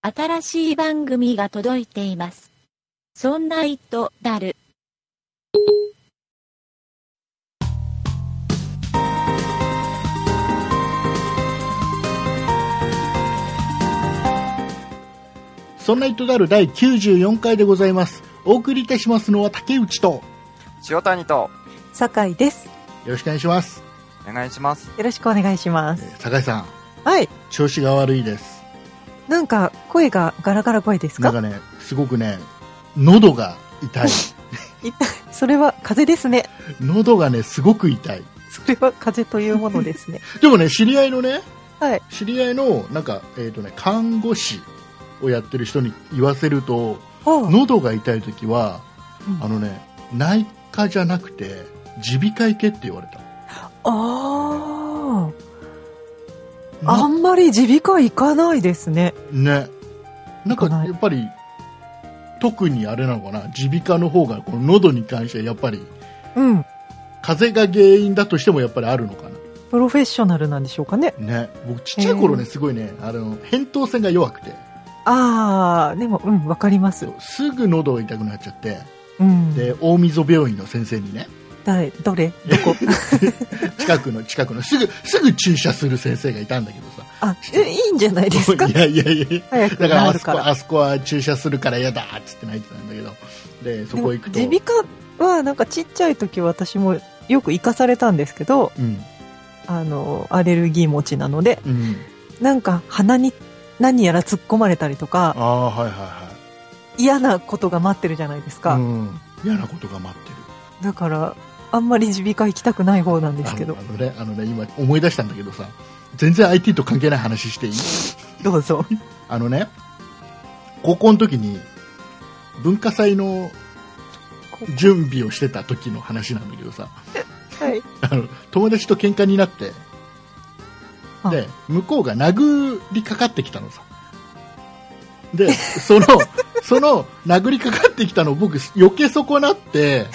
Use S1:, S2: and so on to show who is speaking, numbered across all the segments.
S1: 新しい番組が届いています。そんな糸だる。
S2: そんな糸である第94回でございます。お送りいたしますのは竹内と、
S3: 塩谷と
S4: 酒井です。
S2: よろしくお願いします。
S3: お願いします
S4: よろしくお願いしま
S2: え
S4: す。
S2: ー酒井さん、
S4: はい。
S2: 調子が悪いです。
S4: なんか、声がガラガラ声です
S2: な
S4: か
S2: んかね、すごくね、喉が 痛い。
S4: それは風邪ですね。
S2: 喉がね、すごく痛い。
S4: それは風邪というものです ね。
S2: でもね、知り合いのね、
S4: はい。
S2: 知り合いの、なんか、えっ、とね、看護師をやってる人に言わせると、
S4: おう
S2: 喉が痛い時は、
S4: うん
S2: あのね、内科じゃなくて、耳鼻科行けって言われた。
S4: あー。あ
S2: なん
S4: まり耳鼻科行かないですね。
S2: ねなんか
S4: 行かない
S2: やっぱり特にあれなのかな耳鼻科の方がこの喉に関してはやっぱり
S4: うん。
S2: 風邪が原因だとしてもやっぱりあるのか
S4: プロフェッショナルなんでしょうかね。
S2: なね僕ちっちゃい頃
S4: へ
S2: ねすごいねあの扁桃腺が弱くて
S4: あー、でも、うん、わかります。
S2: すぐ喉が痛くなっちゃって
S4: うん。
S2: で大溝病院の先生にね
S4: 誰、どれ、どこ
S2: 近くの近くのすぐすぐ注射する先生がいたんだけどさ
S4: あ、 えいいんじゃないですか
S2: いやいやいやいや
S4: 早く
S2: だから
S4: な
S2: あ
S4: る
S2: そこ
S4: から。
S2: あそこは注射するから嫌だっつって泣いてたんだけどでそこ行くと
S4: でも耳鼻科はなんかちっちゃい時私もよく行かされたんですけど
S2: うん
S4: あのアレルギー持ちなので
S2: うん
S4: なんか鼻に何やら突っ込まれたりと
S2: あ
S4: か
S2: あはいはいはい
S4: 嫌なことが待ってるじゃないですか、
S2: うん、嫌なことが待ってる
S4: だからあんまり耳鼻科行きたくない方なんですけど
S2: あのあのねあのね今思い出したんだけどさ全然 IT と関係ない話していい
S4: どうぞ
S2: あのね高校の時に文化祭の準備をしてた時の話なんだけどさ
S4: はい
S2: あの友達と喧嘩になって
S4: あ
S2: で向こうが殴りかかってきたのさでそ のその殴りかかってきたのを僕避け損なって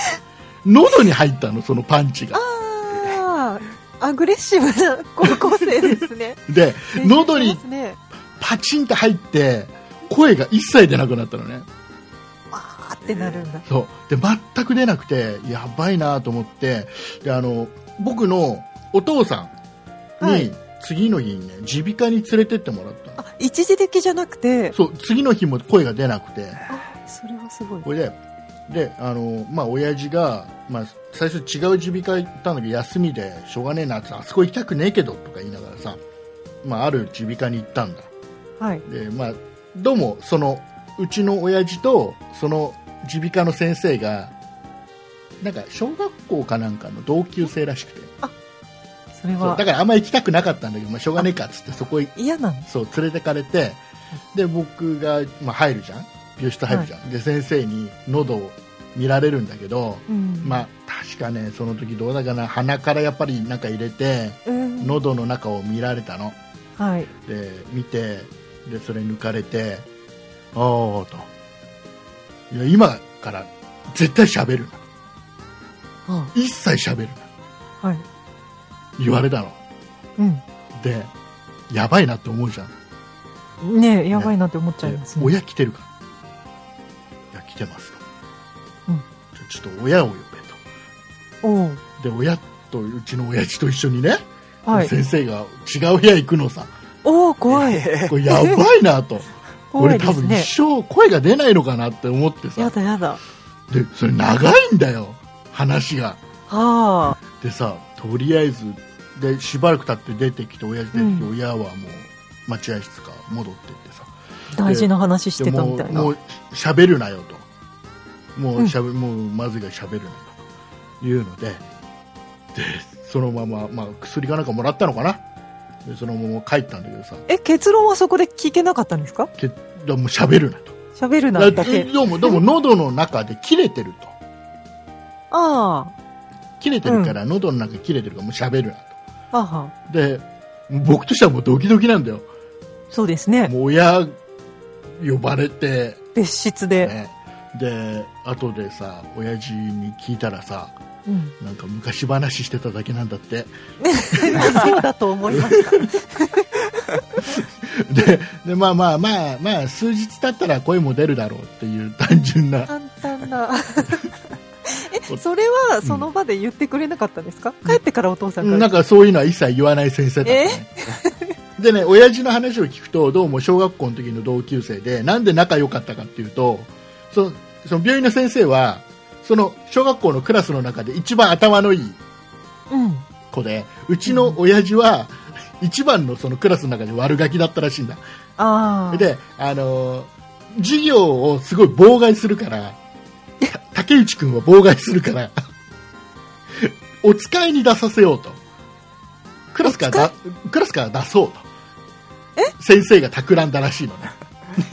S2: 喉に入ったのそのパンチが
S4: ああアグレッシブな高校生ですね
S2: で 喉
S4: 成長
S2: に
S4: してますね
S2: パチンって入って声が一切出なくなったのね
S4: あーってなるんだ、
S2: そうで全く出なくてやばいなと思ってであの僕のお父さんに、
S4: はい
S2: 次の日にね耳鼻科に連れてってもらったの
S4: あ一時的じゃなくて
S2: そう次の日も声が出なくて
S4: それはすごい
S2: これでであのまあ親父が、まあ、最初違う耳鼻科行ったんだけど休みでしょうがねえなってあそこ行きたくねえけどとか言いながらさ、まあ、ある耳鼻科に行ったんだ
S4: はい
S2: でまあどうもそのうちの親父とその耳鼻科の先生がなんか小学校かなんかの同級生らしくて
S4: それ
S2: そう
S4: は
S2: だからあんまり行きたくなかったんだけど、まあ、しょうがねえかっつってそこへ
S4: 嫌なんです
S2: そう連れてかれてで僕が、まあ、入るじゃん病室入るじゃん、で先生に喉を見られるんだけど、
S4: うん
S2: まあ確かねその時どうだかな鼻からやっぱりなんか入れて
S4: うん
S2: 喉の中を見られたの
S4: はい
S2: で見てでそれ抜かれてああといや今から絶対喋るな
S4: は
S2: 一切喋るない言われたの
S4: う
S2: でやばいなって思うじゃん
S4: んねえやばいなって思っちゃい
S2: で
S4: ますね
S2: 親来てるからいや来てますと、
S4: うん
S2: じゃちょっと親を呼べ
S4: おう
S2: とで親とうちの親父と一緒にね、
S4: はい
S2: 先生が違う部屋行くのさ
S4: おお怖い
S3: えー
S2: これやばいなと
S4: 怖い
S2: 俺
S4: で
S2: 多
S4: す
S2: 分
S4: ね
S2: 一生声が出ないのかなって思ってさ
S4: やだやだ
S2: でそれ長いんだよ話が
S4: はあ
S2: でさとりあえずでしばらく経って出てきて親父出てきて、
S4: う
S2: 親はもう待合室から戻ってってさ
S4: 大事な話して
S2: で
S4: た
S2: も
S4: み
S2: う
S4: たい
S2: もう
S4: な
S2: 喋るなよともう
S4: うん
S2: しゃべ、もうまずいが喋るなというのででそのまま、まあ、薬かなんかもらったのかなでそのまま帰ったんだけどさ
S4: え結論はそこで聞けなかったんですか
S2: けでもう喋るなと
S4: 喋るなん
S2: だ
S4: だ
S2: って
S4: け
S2: どうもどうも喉の中で切れてると
S4: あ
S2: 切れてるから、喉の中切れてるからもう喋るなと
S4: あはは
S2: で僕としてはもうドキドキなんだよ
S4: そうですね
S2: もう親呼ばれて、
S4: 別室で
S2: ね、で後でさ親父に聞いたらさ
S4: うん
S2: なんか昔話してただけなんだって
S4: そうだと思いました
S2: ででまあまあまあまあ数日経ったら声も出るだろうっていう単純な
S4: 簡 単な。え、それはその場で言ってくれなかったんですか、帰ってからお父さんから。
S2: なんかそういうのは一切言わない先生だったね。 でね、親父の話を聞くと、どうも小学校の時の同級生で、なんで仲良かったかっていうと、そのその病院の先生は、その小学校のクラスの中で一番頭のいい
S4: うん。
S2: 子で、うちの親父は、一番のそのクラスの中で悪ガキだったらしいんだ。
S4: ああ。
S2: で、あのー授業をすごい妨害するから、た竹内くんは妨害するから、お使いに出させようと。クラスからだ、クラスから出そうと。先生が企んだらしいのね。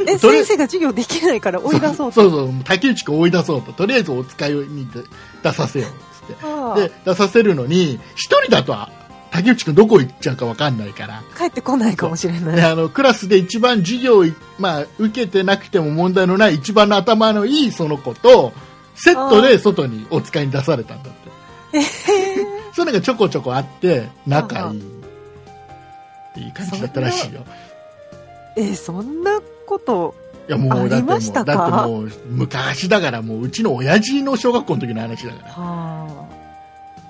S4: え、
S2: とりあえ
S4: 先生が授業できないから追い出そうと。
S2: そうそう、竹内くん追い出そうと。とりあえずお使いに出出させようっつって。
S4: ああ
S2: で、出させるのに、一人だとあ竹内くんどこ行っちゃうかわかんないから、
S4: 帰ってこないかもしれない。
S2: ねあのクラスで一番授業を、まあ、受けてなくても問題のない一番の頭のいいその子とセットで外にお使いに出されたんだってそういうのがちょこちょこあって仲いいっていう感じだったらしいよ
S4: え、そんなこと。
S2: いやもうだっ
S4: あり
S2: ても
S4: まし
S2: うだ
S4: た
S2: っ
S4: か
S2: てもう昔だからもううちの親父の小学校の時の話だから
S4: は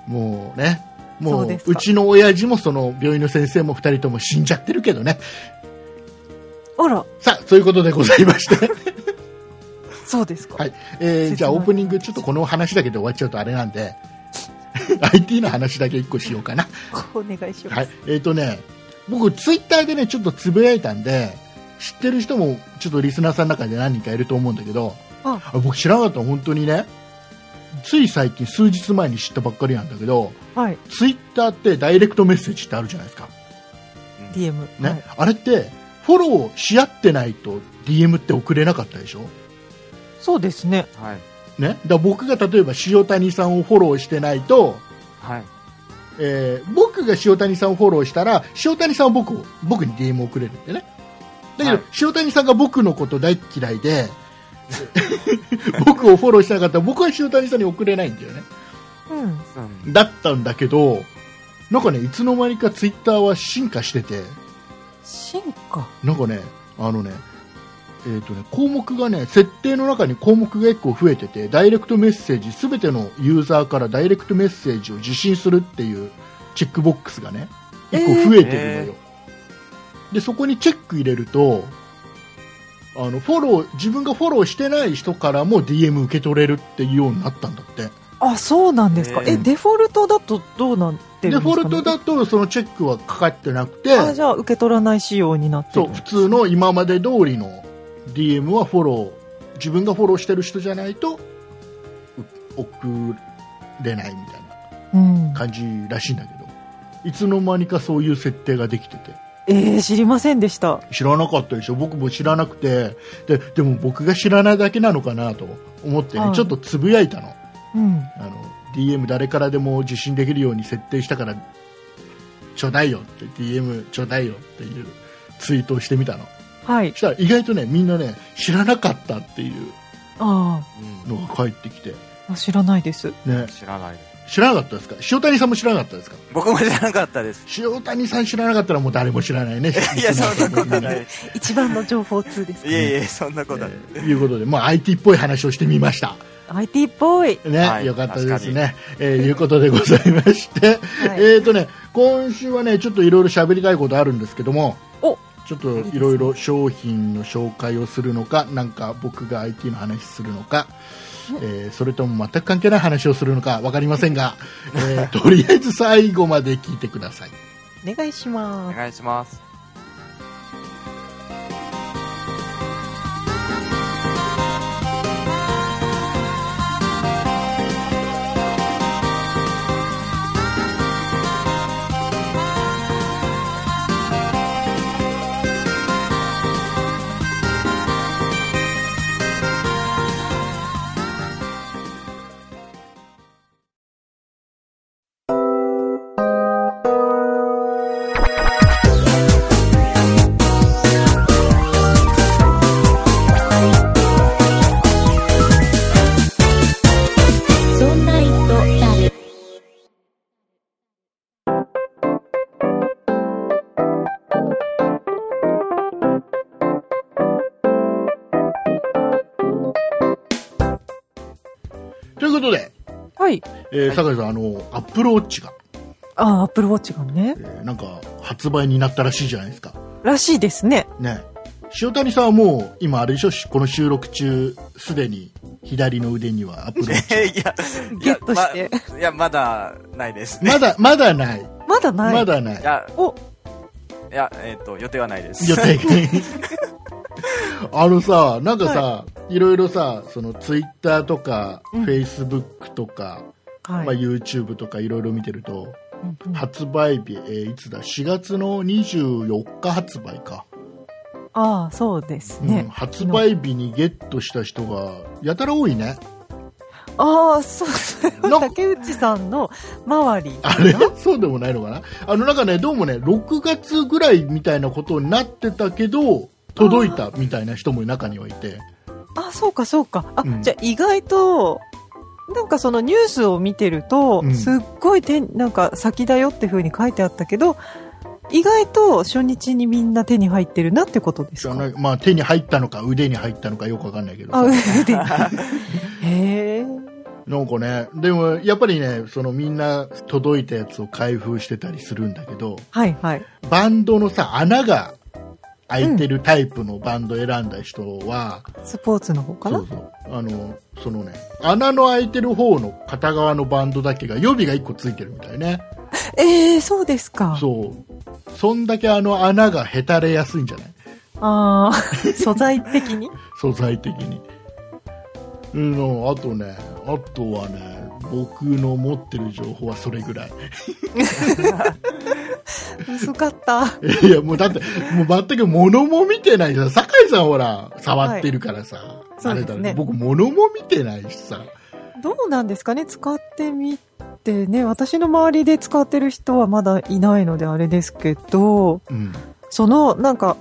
S2: もうねも
S4: そう
S2: う
S4: ですか
S2: うちの親父もその病院の先生も二人とも死んじゃってるけどね
S4: あ。あら、
S2: さあそういうことでございまして
S4: そうですか。
S2: はいえーじゃあオープニングちょっとこの話だけで終わっちゃうとあれなんで IT の話だけ一個しようかな、
S4: お願いします。
S2: はいえーとね、僕ツイッターでねちょっとつぶやいたんで知ってる人もちょっとリスナーさんの中で何人かいると思うんだけど
S4: あ
S2: あ僕知らなかった本当にねつい最近数日前に知ったばっかりなんだけど
S4: はい。
S2: ツイッターってダイレクトメッセージってあるじゃないですか、
S4: DM。
S2: ね
S4: はい
S2: あれってフォローし合ってないと DM って送れなかったでしょ
S4: そうですね。
S3: はい。
S2: ね、だから僕が例えば塩谷さんをフォローしてないと、
S3: はい。
S2: えー僕が塩谷さんをフォローしたら塩谷さんは僕を僕に DM をくれるってねだけど、
S3: はい
S2: 塩谷さんが僕のこと大っ嫌いで 僕をフォローしなかったら僕は塩谷さんに送れないんだよね
S4: うん。
S3: うん。
S2: だったんだけどなんかねいつの間にかツイッターは進化してて
S4: 進化。
S2: なんかねあのねえーとね、項目がね設定の中に項目が1個増えててダイレクトメッセージ全てのユーザーからダイレクトメッセージを受信するっていうチェックボックスがね1個増えてるのよ、でそこにチェック入れるとあのフォロー自分がフォローしてない人からも DM 受け取れるっていうようになったんだって
S4: あ、そうなんですか。
S3: えー
S4: え、デフォルトだとどうなって
S2: デ
S4: るんです
S2: フォ
S4: か、ね、
S2: ルトだとそのチェックはかかってなくて
S4: あ、じゃあ受け取らない仕様になって
S2: そ
S4: る
S2: う。普通の今まで通りの DM はフォロー自分がフォローしてる人じゃないとう送れないみたいな
S4: うん。
S2: 感じらしいんだけどいつの間にかそういう設定ができてて
S4: えー、知りませんでした。
S2: 知らなかったでしょ僕も知らなくてででも僕が知らないだけなのかなと思って、ね
S4: はい
S2: ちょっとつぶやいたの
S4: うん。
S2: あの DM 誰からでも受信できるように設定したからちょうだいよって DM ちょうだいよっていうツイートをしてみたの
S4: はい
S2: そ。したら意外とねみんなね知らなかったっていう
S4: あ
S2: のが返ってきて、
S4: あ、知らないです。
S2: ね
S3: うん、知らないです。
S2: 知らなかったですか塩谷さんも知らなかったですか
S3: 僕も知らなかったです。
S2: 塩谷さん知らなかったらもう誰も知ら ないね
S3: いや、そんなことない。い
S4: 一番の情報通です。
S3: えいえ、そんなことない。
S2: ということで、まあ、IT っぽい話をしてみました。
S4: IT っぽい。
S2: ね、
S3: はい
S2: よかったですね。えーいうことでございま して、
S4: はい
S2: えっとね、今週はね、ちょっといろいろ喋りたいことあるんですけども、
S4: お
S2: ちょっといろいろ商品の紹介をするのか、なんか僕が IT の話するのか、えーそれとも全く関係ない話をするのかわかりません が、えーとりあえず最後まで聞いてください。
S4: お願いし
S3: お
S4: ます。
S3: 願いします。
S5: 「
S2: ことで、
S4: はい。
S2: えー
S3: はい
S2: 酒井さん、あの、アップルウォッチが、
S4: ああ、アップルウォッチがね
S2: え。ーなんか、発売になったらしいじゃないですか。
S4: らしいですね。
S2: ね。塩谷さんはもう、今あれでしょしこの収録中、すでに左の腕にはアップルウォッ チ。
S3: えいや、い
S4: ゲ
S3: や
S4: ットして。
S3: まいや、まだないですね。
S2: まだ、まだない。
S4: まだない。
S2: まだない
S3: い。や、
S4: お、
S3: いや、えっ、と、予定はないで す。
S2: 予 定あのさ、なんかさ、い、ろいろさ、そのツイッターとか、
S4: うん
S2: フェイスブックとか、
S4: はい。
S2: まあ、YouTube とかいろいろ見てると、
S4: うんうん
S2: 発売日、えーいつだ、4月の24日発売か、
S4: ああ、そうです
S2: うん
S4: ね。
S2: 発売日にゲットした人がやたら多いね。
S4: ああ、そうそれ
S2: なん
S4: は
S2: か
S4: 竹内さんの周り。
S2: あれ そうでもないのかなあの、なんかね、どうもね、6月ぐらいみたいなことになってたけど、届いたみたいな人も中にはいて。
S4: あ、そうか、そうか。あ、
S2: うん
S4: じゃあ意外と、なんかそのニュースを見てると、
S2: うん
S4: すっごい手に、なんか先だよって風に書いてあったけど、意外と初日にみんな手に入ってるなってことです
S2: じゃ
S4: か。
S2: あまあ、手に入ったのか腕に入ったのかよくわかんないけどさ
S4: あ、 腕で。へえ。
S2: なんかねでもやっぱりねそのみんな届いたやつを開封してたりするんだけど
S4: はいはい。
S2: バンドのさ穴が開いてるタイプのバンド選んだ人は、
S4: スポーツの方か
S2: そ
S4: な
S2: うそうあのそのね穴の開いてる方の片側のバンドだけが予備が1個ついてるみたいね
S4: ええー、そうですか。
S2: そうそんだけあの穴がへたれやすいんじゃない
S4: ああ、 素材的に
S2: 素材的に。うん、あとね、あとはね、僕の持ってる情報はそれぐらい。
S4: 薄かった。
S2: いや、もうだって、もう全く物も見てないさ、酒井さんほら、触ってるからさ、
S4: そ
S2: あ
S4: う
S2: れ
S4: ですね
S2: だね、僕物も見てないしさ、
S4: どうなんですかね使ってみてね、私の周りで使ってる人はまだいないのであれですけど、
S2: うん、
S4: その、なんか、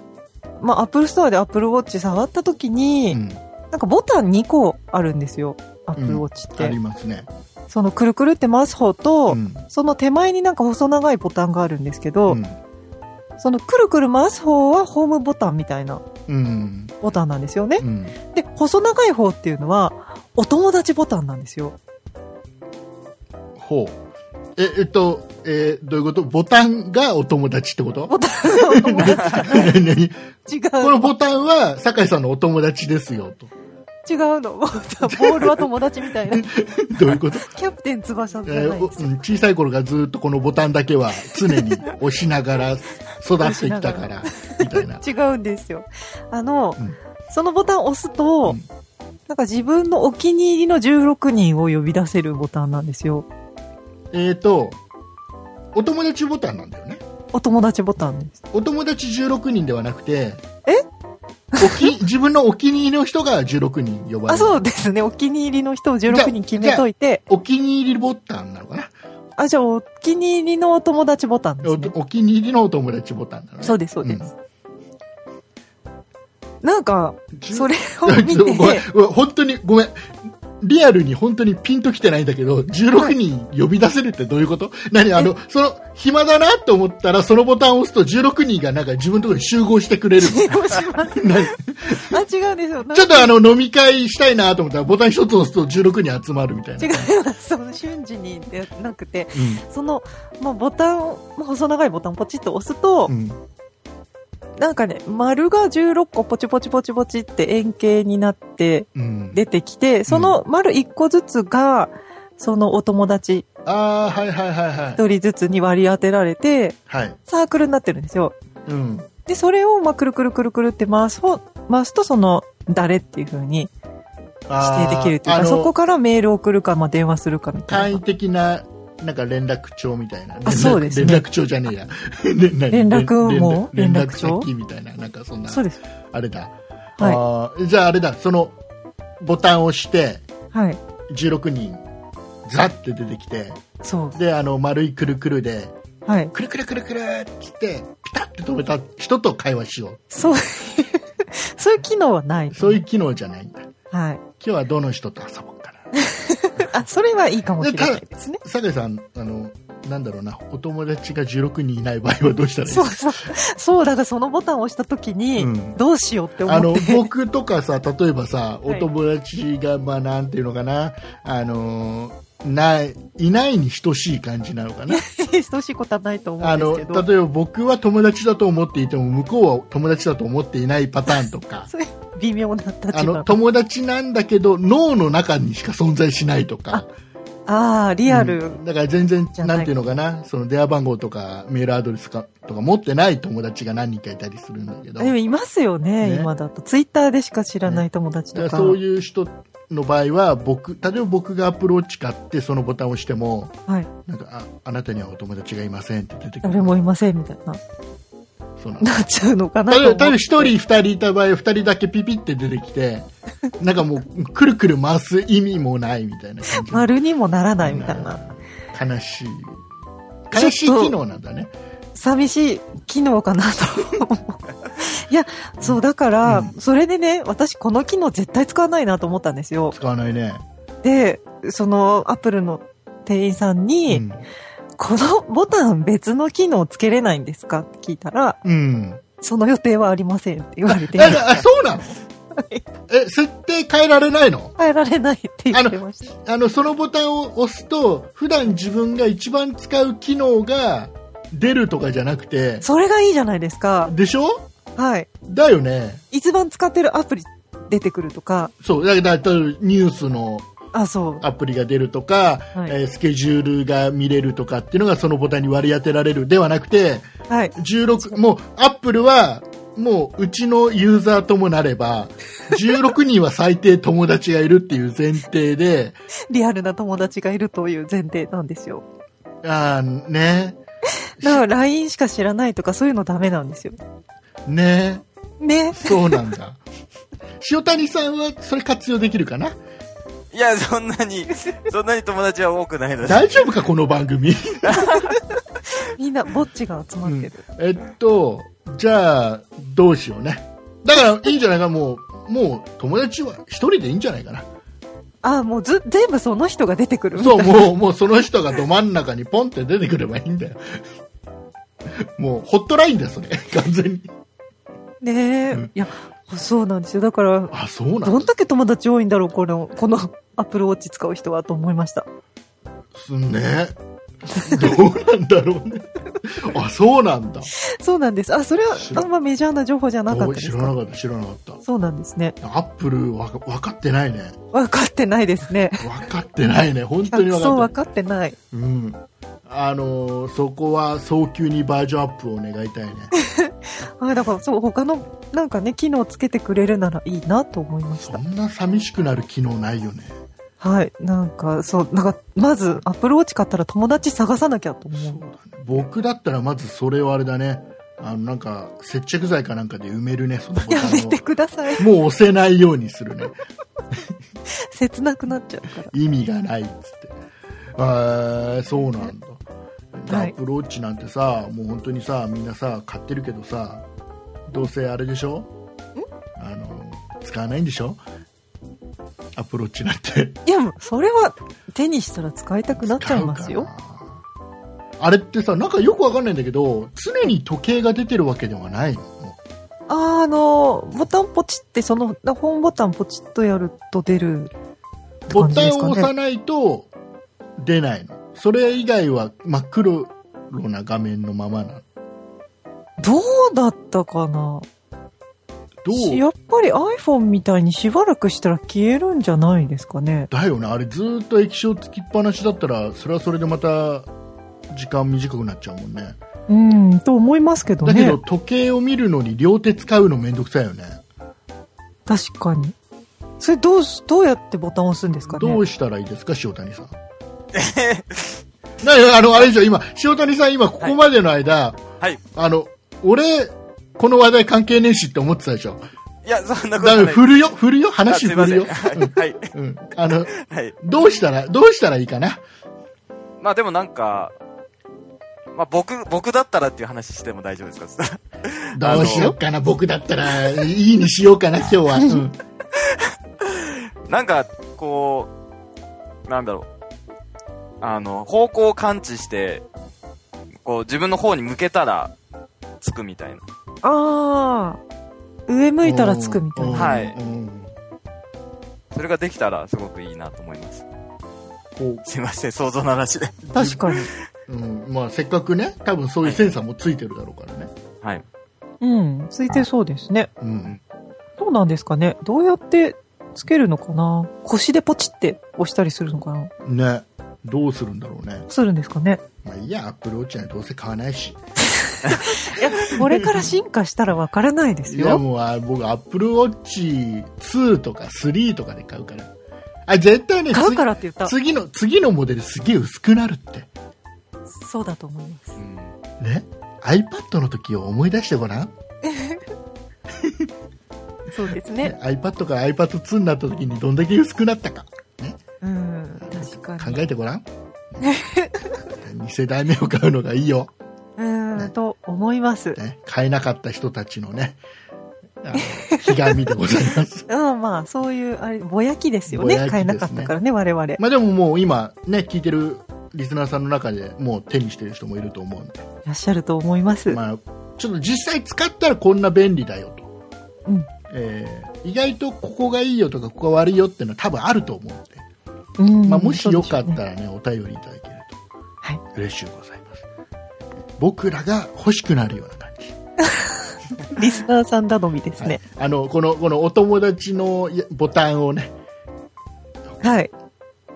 S4: まあ、アップルストアでアップルウォッチ触った時に、
S2: うん、
S4: なんかボタン2個あるんですよ。アップルウォッチっ
S2: あ
S4: て。
S2: りますね。
S4: そのくるくるって回す方と、
S2: うん、
S4: その手前になんか細長いボタンがあるんですけど、
S2: うん、
S4: そのくるくる回す方はホームボタンみたいな
S2: うん、
S4: ボタンなんですよね。
S2: うん、
S4: で、細長い方っていうのは、お友達ボタンなんですよ。
S2: ほう。え、えっと、えーどういうことボタンがお友達ってこと
S4: ボタンのお友達
S2: 何
S4: 違
S2: この
S4: う。
S2: ボタンは、酒井さんのお友達ですよ、 と。
S4: 違うの。ボタンボールは友達みた いな。
S2: どういうこと
S4: キャプテン翼じゃ
S2: え
S4: な
S2: ー
S4: い
S2: お
S4: で
S2: う
S4: すよ。
S2: ん小さい頃からずっとこのボタンだけは常に押しながら育ってきたからみたいな。
S4: 違うんですよ。あの、
S2: うん
S4: そのボタンを押すと、
S2: うん
S4: なんか自分のお気に入りの16人を呼び出せるボタンなんですよ。
S2: えっとお友達ボタンなんだよね。
S4: お友達ボタンです。
S2: お友達16人ではなくておき 自分のお気に入りの人が16人呼ばれる
S4: あ、そうですね。お気に入りの人を16人決めといて、
S2: お気に入りボタンなのかな、
S4: あ、じゃあお気に入りのお友達ボタンですね。
S2: おお気に入りのお友達ボタンなのね
S4: そうです、そうです。なんか、それを見
S2: ごめんごめ
S4: て、
S2: ん本当にごめんリアルに本当にピンときてないんだけど16人呼び出せるってどういうこと、何あのその暇だなと思ったらそのボタンを押すと16人がなんか自分のところに集合してくれ る
S4: 電話します。
S2: の何
S4: あ、違うんですよ。なんか
S2: ちょっとあの飲み会したいなと思ったらボタン一つ押すと16人集まるみたいな
S4: 違います。その瞬時にでなくて、その、まあ、ボタンを、まあ細長いボタンをポチッと押すと、
S2: うん、うん
S4: なんかね、丸が16個ポチポチポチポチって円形になって
S2: うん、
S4: 出てきて、その丸1個ずつが、そのお友達
S2: ああはいはいはいはい
S4: 1人ずつに割り当てられて、
S2: はい、
S4: サークルになってるんですよ。
S2: うん、
S4: で、それを、まあ、くるくるくるくるって回す方、回すと、その、誰っていう風に指定できるという
S2: あ
S4: か、
S2: の
S4: そこからメールを送るか、まあ、電話するかみた
S2: 簡
S4: い
S2: 易
S4: な。
S2: 的ななんか連絡帳みたいな連絡
S4: そうですね
S2: 連絡帳じゃねえや 連
S4: 連絡網
S2: 連連
S4: 連
S2: 絡
S4: 絡帳
S2: 先みたいななんかそんな
S4: そうです。
S2: あれだ、あ
S4: は
S2: ーじゃああれだそのボタンを押して
S4: い。はい。
S2: 16人ザッて出てきて
S4: そ
S2: であの丸いくるくるで
S4: う。はい。
S2: くるくるくるくるって言ってピタッて止めた人と会話しよ。
S4: そういう、 そういう機能はないう
S2: そういう機能じゃないんだ今
S4: はい。
S2: 日はどの人と遊ぼうかな
S4: あ、それはいいかもしれ
S2: で
S4: な
S2: た
S4: いですね。
S2: 酒井さんあのなんだろうな、お友達が16人いない場合はどうしたらいいです
S4: そう
S2: か
S4: そう。そう、だからそのボタンを押したときに、
S2: うん
S4: どうしようって思
S2: あの
S4: って。
S2: 僕とかさ、例えばさ、お
S4: はい
S2: 友達が、まあ、なんていうのかな、あのーない、いないに等しい感じなのかな。
S4: 等しいことはないと思う
S2: あ
S4: んで
S2: の、
S4: す
S2: 例
S4: け
S2: え
S4: ど。
S2: ば僕は友達だと思っていても、向こうは友達だと思っていないパターンとか、
S4: それ、微妙な立場。
S2: あの、友達なんだけど、脳の中にしか存在しないとか。
S4: あーリアル。
S2: うんだから全然
S4: じゃない
S2: なんていうのかなその電話番号とかメールアドレスかとか持ってない友達が何人かいたりするんだけど
S4: でもいますよね、
S2: ね
S4: 今だと。ツイッターでしか知らない友達
S2: だ
S4: と
S2: か
S4: か。
S2: らそういう人の場合は僕例えば僕がアプローチ買ってそのボタンを押しても
S4: はい。
S2: なんかああなたにはお友達がいませんって出てくる
S4: 誰もいません、みたいな。
S2: そうなの
S4: なっちゃうのかな
S2: 例
S4: と
S2: えば
S4: 思っ
S2: 例えば1
S4: て。
S2: 人2人いた場合2人だけピピって出てきてなんかもうくるくる回す意味もないみたいな感じ
S4: 丸にもならないみたいな。
S2: 悲しい悲しい機能なんだね
S4: 寂しい機能かなと思う。 いや、そう、だから、
S2: う
S4: それでね、私この機能絶対使わないなと思ったんですよ。
S2: 使わないね、
S4: で、その、アップルの店員さんに、
S2: うん
S4: このボタン別の機能つけれないんですかって聞いたら、
S2: うん
S4: その予定はありませんって言われて、
S2: あああそうなのえ設定変えられないの
S4: 変えられないって言ってました。
S2: あのそのボタンを押すと普段自分が一番使う機能が出るとかじゃなくて
S4: それがいいじゃないですか。
S2: でしょ
S4: はい。
S2: だよね
S4: 一番使ってるアプリ出てくるとか、
S2: そうだだ例えばニュースの
S4: あ、そう。
S2: アプリが出るとか、
S4: はい
S2: えースケジュールが見れるとかっていうのがそのボタンに割り当てられるではなくて
S4: はい。
S2: 16もうアップルはもううちのユーザーともなれば16人は最低友達がいるっていう前提で
S4: リアルな友達がいるという前提なんですよ。
S2: ああね
S4: だから LINE しか知らないとかそういうのダメなんですよ。
S2: ね
S4: ね。
S2: そうなん だ塩谷さんはそれ活用できるかない
S3: や、そんなに、そんなに友達は多くないので。
S2: 大丈夫かこの番組
S4: みんなぼっちが集まってる。
S2: えっとじゃあどうしようねだからいいんじゃないかもうもう友達は一人でいいんじゃないかな
S4: あ、もうず、全部その人が出てくるみたい
S2: そう
S4: な。
S2: もうもうその人がど真ん中にポンって出てくればいいんだよもうホットラインだよそれ完全に
S4: ねえ、
S2: うん
S4: いや、そうなんですよ。だから、
S2: あそうな
S4: ど
S2: ん
S4: ん
S2: だ
S4: だけ友達多いんだろう、この、このアプローチ使う人はと思いました。
S2: すねどうなんだろうねあそうなんだ
S4: そうなんです。あ、それは
S2: 知ら
S4: あ
S2: ん
S4: んまメジャーな情報じゃなかった
S2: お
S4: で
S2: 知
S4: す
S2: ら
S4: か
S2: なかった知らなかった
S4: そうなんですね。
S2: アップルわか分かってないね。
S4: 分かってないですね。
S2: 分かってないね。 本当に分
S4: そう
S2: かっ
S4: 分
S2: て
S4: かってない。
S2: ない。うん。あのーそこは早急にバージョンアップを願いたいね。
S4: あ、だからそう、他の、なんかね、機能つけてくれるならいいなと思いまし
S2: そ
S4: た。
S2: んな寂しくなる機能ないよね。
S4: はい。なんか、そう、なんか、まず、アプローチ買ったら友達探さなきゃと
S2: そう
S4: 思
S2: だね。僕だったらまずそれをあれだね。あの、なんか、接着剤かなんかで埋めるね、そのボ
S4: う。 や
S2: タ
S4: めて
S2: ン
S4: くだ さい。
S2: を。もう押せないようにするね。
S4: 切なくなっちゃうから。
S2: 意味がないっつって。あーそうなんだ。で
S4: は
S2: ア
S4: い
S2: プローチなんてさ、もう本当にさ、みんなさ、買ってるけどさ、どうせあれでしょあの、使わないんでしょアプローチなんて。
S4: いや、もうそれは、手にしたら使いたくなっちゃいます
S2: 使
S4: よ
S2: う。かな。あれってさ、なんかよくわかんないんだけど、常に時計が出てるわけではないの。
S4: あーあのボタンポチってそのなホームボタンポチッとやると出るって
S2: ボ
S4: 感じ
S2: タ
S4: で
S2: ン
S4: すか
S2: を
S4: ね
S2: 押さないと出ないの。それ以外は真っ黒な画面のままなの。
S4: どうだったかな
S2: どう
S4: やっぱり iPhone みたいにしばらくしたら消えるんじゃないですかね
S2: だよねあれずーっと液晶つきっぱなしだったらそれはそれでまた時間短くなっちゃうもんね
S4: うんと思いますけど
S2: だけ
S4: ね
S2: ど時計を見るのに両手使うのめんどくさいよね
S4: 確かにそれどうすどうやってボタンを押すんですかね
S2: どうしたらいいですか塩谷 さんなあのあれでしょ今塩谷さん今ここまでの間、
S3: はい。
S2: あの俺この話題関係ねえしって思ってたでしょ
S3: いや、そんな
S2: だ
S3: こと
S2: か
S3: な
S2: ら
S3: い。
S2: 振るよ振るよ
S3: あ
S2: 話
S3: すい
S2: 振
S3: ま
S2: る
S3: せん。
S2: よ、
S3: はい。
S2: うん、あの
S3: はい。
S2: どうしたらどうしたらいいかな
S3: まあでもなんか、まあ僕、僕だったらっていう話しても大丈夫ですか
S2: どうしようかな僕だったらいいにしようかな今日は、うん
S3: なんか、こう、なんだろう。あの、方向を感知して、こう、自分の方に向けたら、つくみたいな。
S4: ああ、上向いたらつくみたい
S2: うん
S4: な。
S3: はい
S2: うん
S3: それができたら、すごくいいなと思います。
S2: こ
S3: すいません、想像の話で。
S2: う
S4: 確かに。
S2: に、うんまあ、せっかくね多分そういうセンサーもついてるだろうからね、
S3: はい。
S4: うん、ついてそうですね。
S2: うん、
S4: どうなんですかねどうやってつけるのかな腰でポチって押したりするのかな
S2: ねどうするんだろうね
S4: するんですかね
S2: まあいいやアップルウォッチはどうせ買わないし
S4: いや、これから進化したらわからないです
S2: いや
S4: よ。
S2: もうあ僕アップルウォッチ2とか3とかで買うからあ絶対ね
S4: 買うからって言った。
S2: 次次の次のモデルすげえ薄くなるって
S4: そうだと思います。
S3: うん
S2: ね iPad の時を思い出してごらん、
S4: そうです
S2: ね
S4: ね。、
S2: iPad から iPad2 になった時にどんだけ薄くなったか
S4: うん、確か
S2: 考
S4: に。
S2: えてごらん2世代目を買うのがいいよ、
S4: うん、と思います。
S2: ね、買えなかった人たちのねあ のひがみでございます
S4: うん、まあ、そういう、あれ、ぼやきですよ
S2: ぼ
S4: ね。
S2: やきですね
S4: 買えなかったからね、我々。
S2: まあでももう今ね、聞いてるリスナーさんの中でもう手にしてる人もいると思うんで、
S4: いらっしゃると思います。
S2: まあ、ちょっと実際使ったらこんな便利だよと。
S4: うん
S2: えー意外とここがいいよとかここが悪いよっていうのは多分あると思うんで、
S4: うん
S2: まあ、もしよかっ
S4: そうでしょうね
S2: たらね、お便りいただけると
S4: はい。
S2: 嬉しいございます。僕らが欲しくなるような感じ。
S4: リスナーさん頼みです
S2: はい
S4: ね。
S2: あの、この、このお友達のやボタンをね、
S4: はい。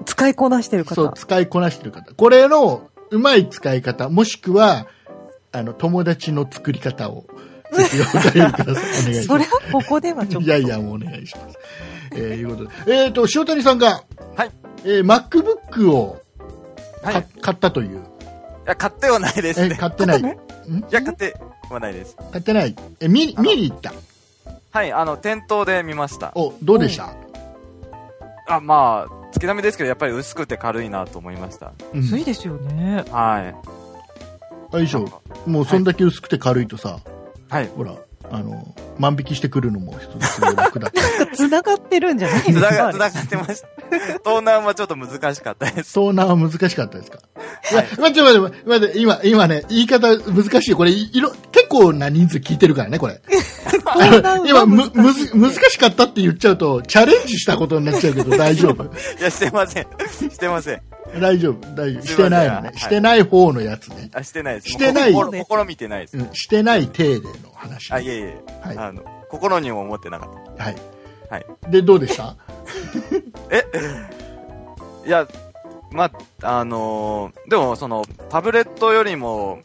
S4: 使いこなしてる
S2: そう
S4: 方。
S2: 使いこなしてる方これのうまい使い方もしくはあの友達の作り方をぜひお便りくださいお願いし
S4: そ
S2: ま
S4: れ
S2: す
S4: はここではちょっ
S2: い
S4: と。
S2: やいやもうお願いしますえー、いうことでえっ、と塩谷さんが、
S3: はい
S2: えー、MacBook をか、
S3: はい。い
S2: 買ったという、
S3: や、買ってはないです
S2: え
S3: ね。
S2: 買ってない
S4: 買っ
S2: ん
S3: いや、買ってはないです。
S2: 買ってないえ見に
S3: あの
S2: 見に行った
S3: はい、あの、店頭で見ました。
S2: おどうでした、
S3: あ、まあ、月並みですけど、やっぱり薄くて軽いなと思いました。
S2: うん、
S4: 薄いですよね。
S3: はい。
S2: あよいしょもうそんだけ薄くて軽いとさ、
S3: はい。
S2: ほらあの万引きしてくるのも一つすごい楽 だった
S4: 繋がってるんじゃないで
S3: つ
S4: す
S3: な
S4: か
S3: が、つながってました。 東南はちょっと難しかったです。
S2: 遭難は難しかったですか、い
S3: は
S2: や
S3: い、
S2: 待って待って待って待って、今、今ね、言い方難しい。これ、いいろ、結構な人数聞いてるからね、これ。
S4: 遭難
S2: 今、
S4: は
S2: む、
S4: 難
S2: む
S4: しい
S2: ず、難しかったって言っちゃうと、チャレンジしたことになっちゃうけど、大 丈夫。
S3: いや、してません。してません。
S2: 大丈夫、大丈夫。
S3: すいません
S2: してないの
S3: は
S2: ね。
S3: い
S2: してない方のやつね。
S3: あ、してないです。
S2: してない
S3: もう心心見てないです。
S2: うん、してない体での話。
S3: あ、
S2: はいい。
S3: えいえ。
S2: は
S3: あの、心にも思ってなかっ
S2: い。
S3: はい
S2: で、どうでした
S3: た。いや、まあ、あのーでも、その、タブレットよりも、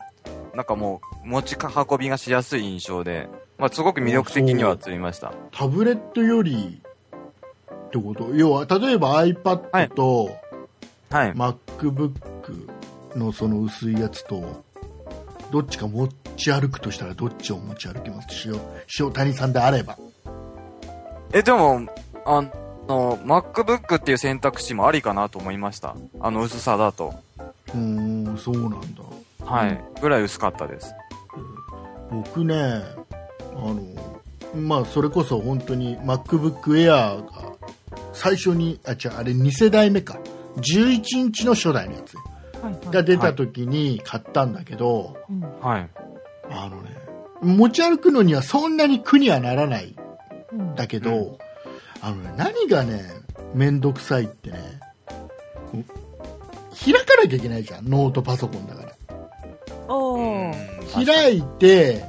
S3: なんかもう、持ち運びがしやすい印象で、まあ、すごく魅力的には映りました。
S2: タブレットより、ってこと要は、例えば iPad と、
S3: はい。
S2: MacBook のその薄いやつとどっちか持ち歩くとしたらどっちを持ち歩きます塩塩谷さんであれば
S3: え、でも、あの、MacBook っていう選択肢もありかなと思いました。あの薄さだと。
S2: うーんそうなんだ
S3: はい。ぐらい薄かったです。
S2: 僕ねあのまあそれこそ本当に MacBookAir が最初にあ違うあれ2世代目か11インチの初代のやつ
S4: はいはい
S2: が出た時に買ったんだけど、
S4: うん
S3: はい。
S2: あのね持ち歩くのにはそんなに苦にはならない
S4: うん
S2: だけど、
S3: うん
S2: あのね、何がね面倒くさいってねこう開かなきゃいけないじゃんノートパソコンだから
S4: お
S3: うん
S4: ー。
S2: 開いて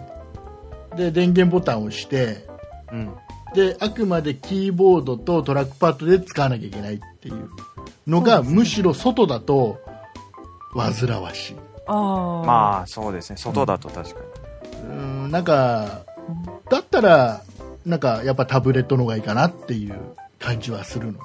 S2: で電源ボタンを押して
S3: うん。
S2: であくまでキーボードとトラックパッドで使わなきゃいけないっていうのが
S4: そうですね
S2: むしろ外だと煩わしい
S4: ああ。
S3: まあ、そうですね。外だと確かに。
S2: うんなんかだったらなんかやっぱタブレットの方がいいかなっていう感じはするのね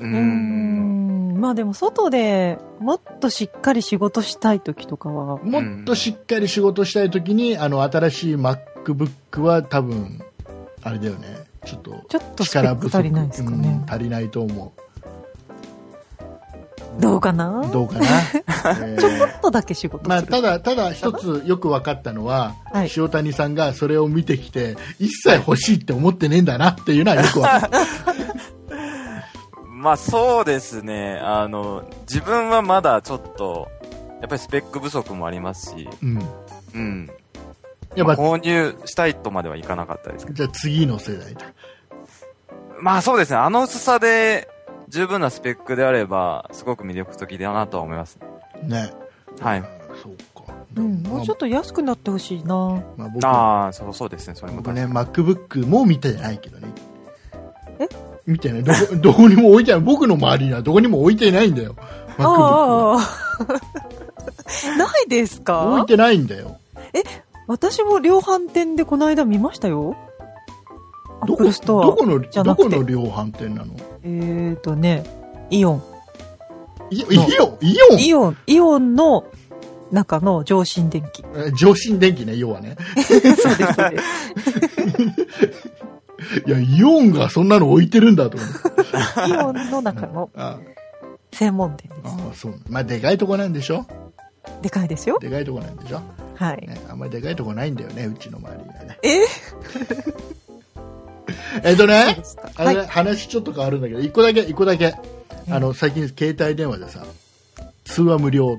S3: う
S4: うー
S3: ん。
S4: ん。まあでも外でもっとしっかり仕事したい時とかは、
S2: もっとしっかり仕事したいときに、あの新しい MacBook は多分あれだよねちょっと
S4: ちょっとスペック足りないですか
S2: うん
S4: ね。
S2: 足りないと思
S4: どうかな
S2: う
S4: ちょ
S2: どう かな、えー
S4: っとだけ仕事
S2: まあ、
S4: する。
S2: ただただ一つよく分かったのは、
S4: はい
S2: 塩谷さんがそれを見てきて一切欲しいって思ってねえんだなっていうのはよく分かった
S3: まあそうですね。あの、自分はまだちょっと、やっぱりスペック不足もありますし、
S2: うん。
S3: うん。
S2: や
S3: まあ
S2: っぱ、
S3: 購入したいとまではいかなかったですけど。
S2: じゃあ次の世代だ。
S3: まあそうですね、あの薄さで十分なスペックであれば、すごく魅力的だなとは思います。
S2: ね。
S3: はい。
S2: そうか。
S4: うん、もうちょっと安くなってほしいな。
S2: まあ、僕
S3: ああ、そうそうですね、それも
S2: 僕
S3: 確か
S2: ね、
S3: に。
S2: MacBook も見てないけどね。
S4: え
S2: 見てない。ど こ、どこにも置いてない。僕の周りにはどこにも置いてないんだよ。MacBook は。
S4: ああ。 ないです
S2: 置い
S4: か
S2: てないんだよ。
S4: 私も量販店でこの間見ましたよ。アッ
S2: ど
S4: プ
S2: こ、
S4: ルストア。
S2: どこの、
S4: じゃ
S2: ど
S4: なく
S2: こ
S4: て
S2: の量販店なの
S4: えーとね、イオン。
S2: イイオン、イオン
S4: イオン、イオンの中の上新電 機。
S2: えー上新電機ね、要はね。
S4: そうです、そうです。
S2: いや、イオンがそんなの置いてるんだと思 って。
S4: イオンの中の
S2: あ
S4: 専門店です。
S2: あ、そう。まあ、でかいとこなんでしょ
S4: でかいですよ。
S2: でかいとこなんでしょ、
S4: はい。
S2: ね、あんまりでかいとこないんだよね、うちの周りがね。
S4: え
S2: えっと
S4: そう
S2: ね
S4: で、すか。
S2: あ
S4: は
S2: れ、
S4: い。
S2: 話ちょっと変わるんだけど、一個だけ、一個だけ。
S4: うん
S2: あの、最近携帯電話でさ、通話無料、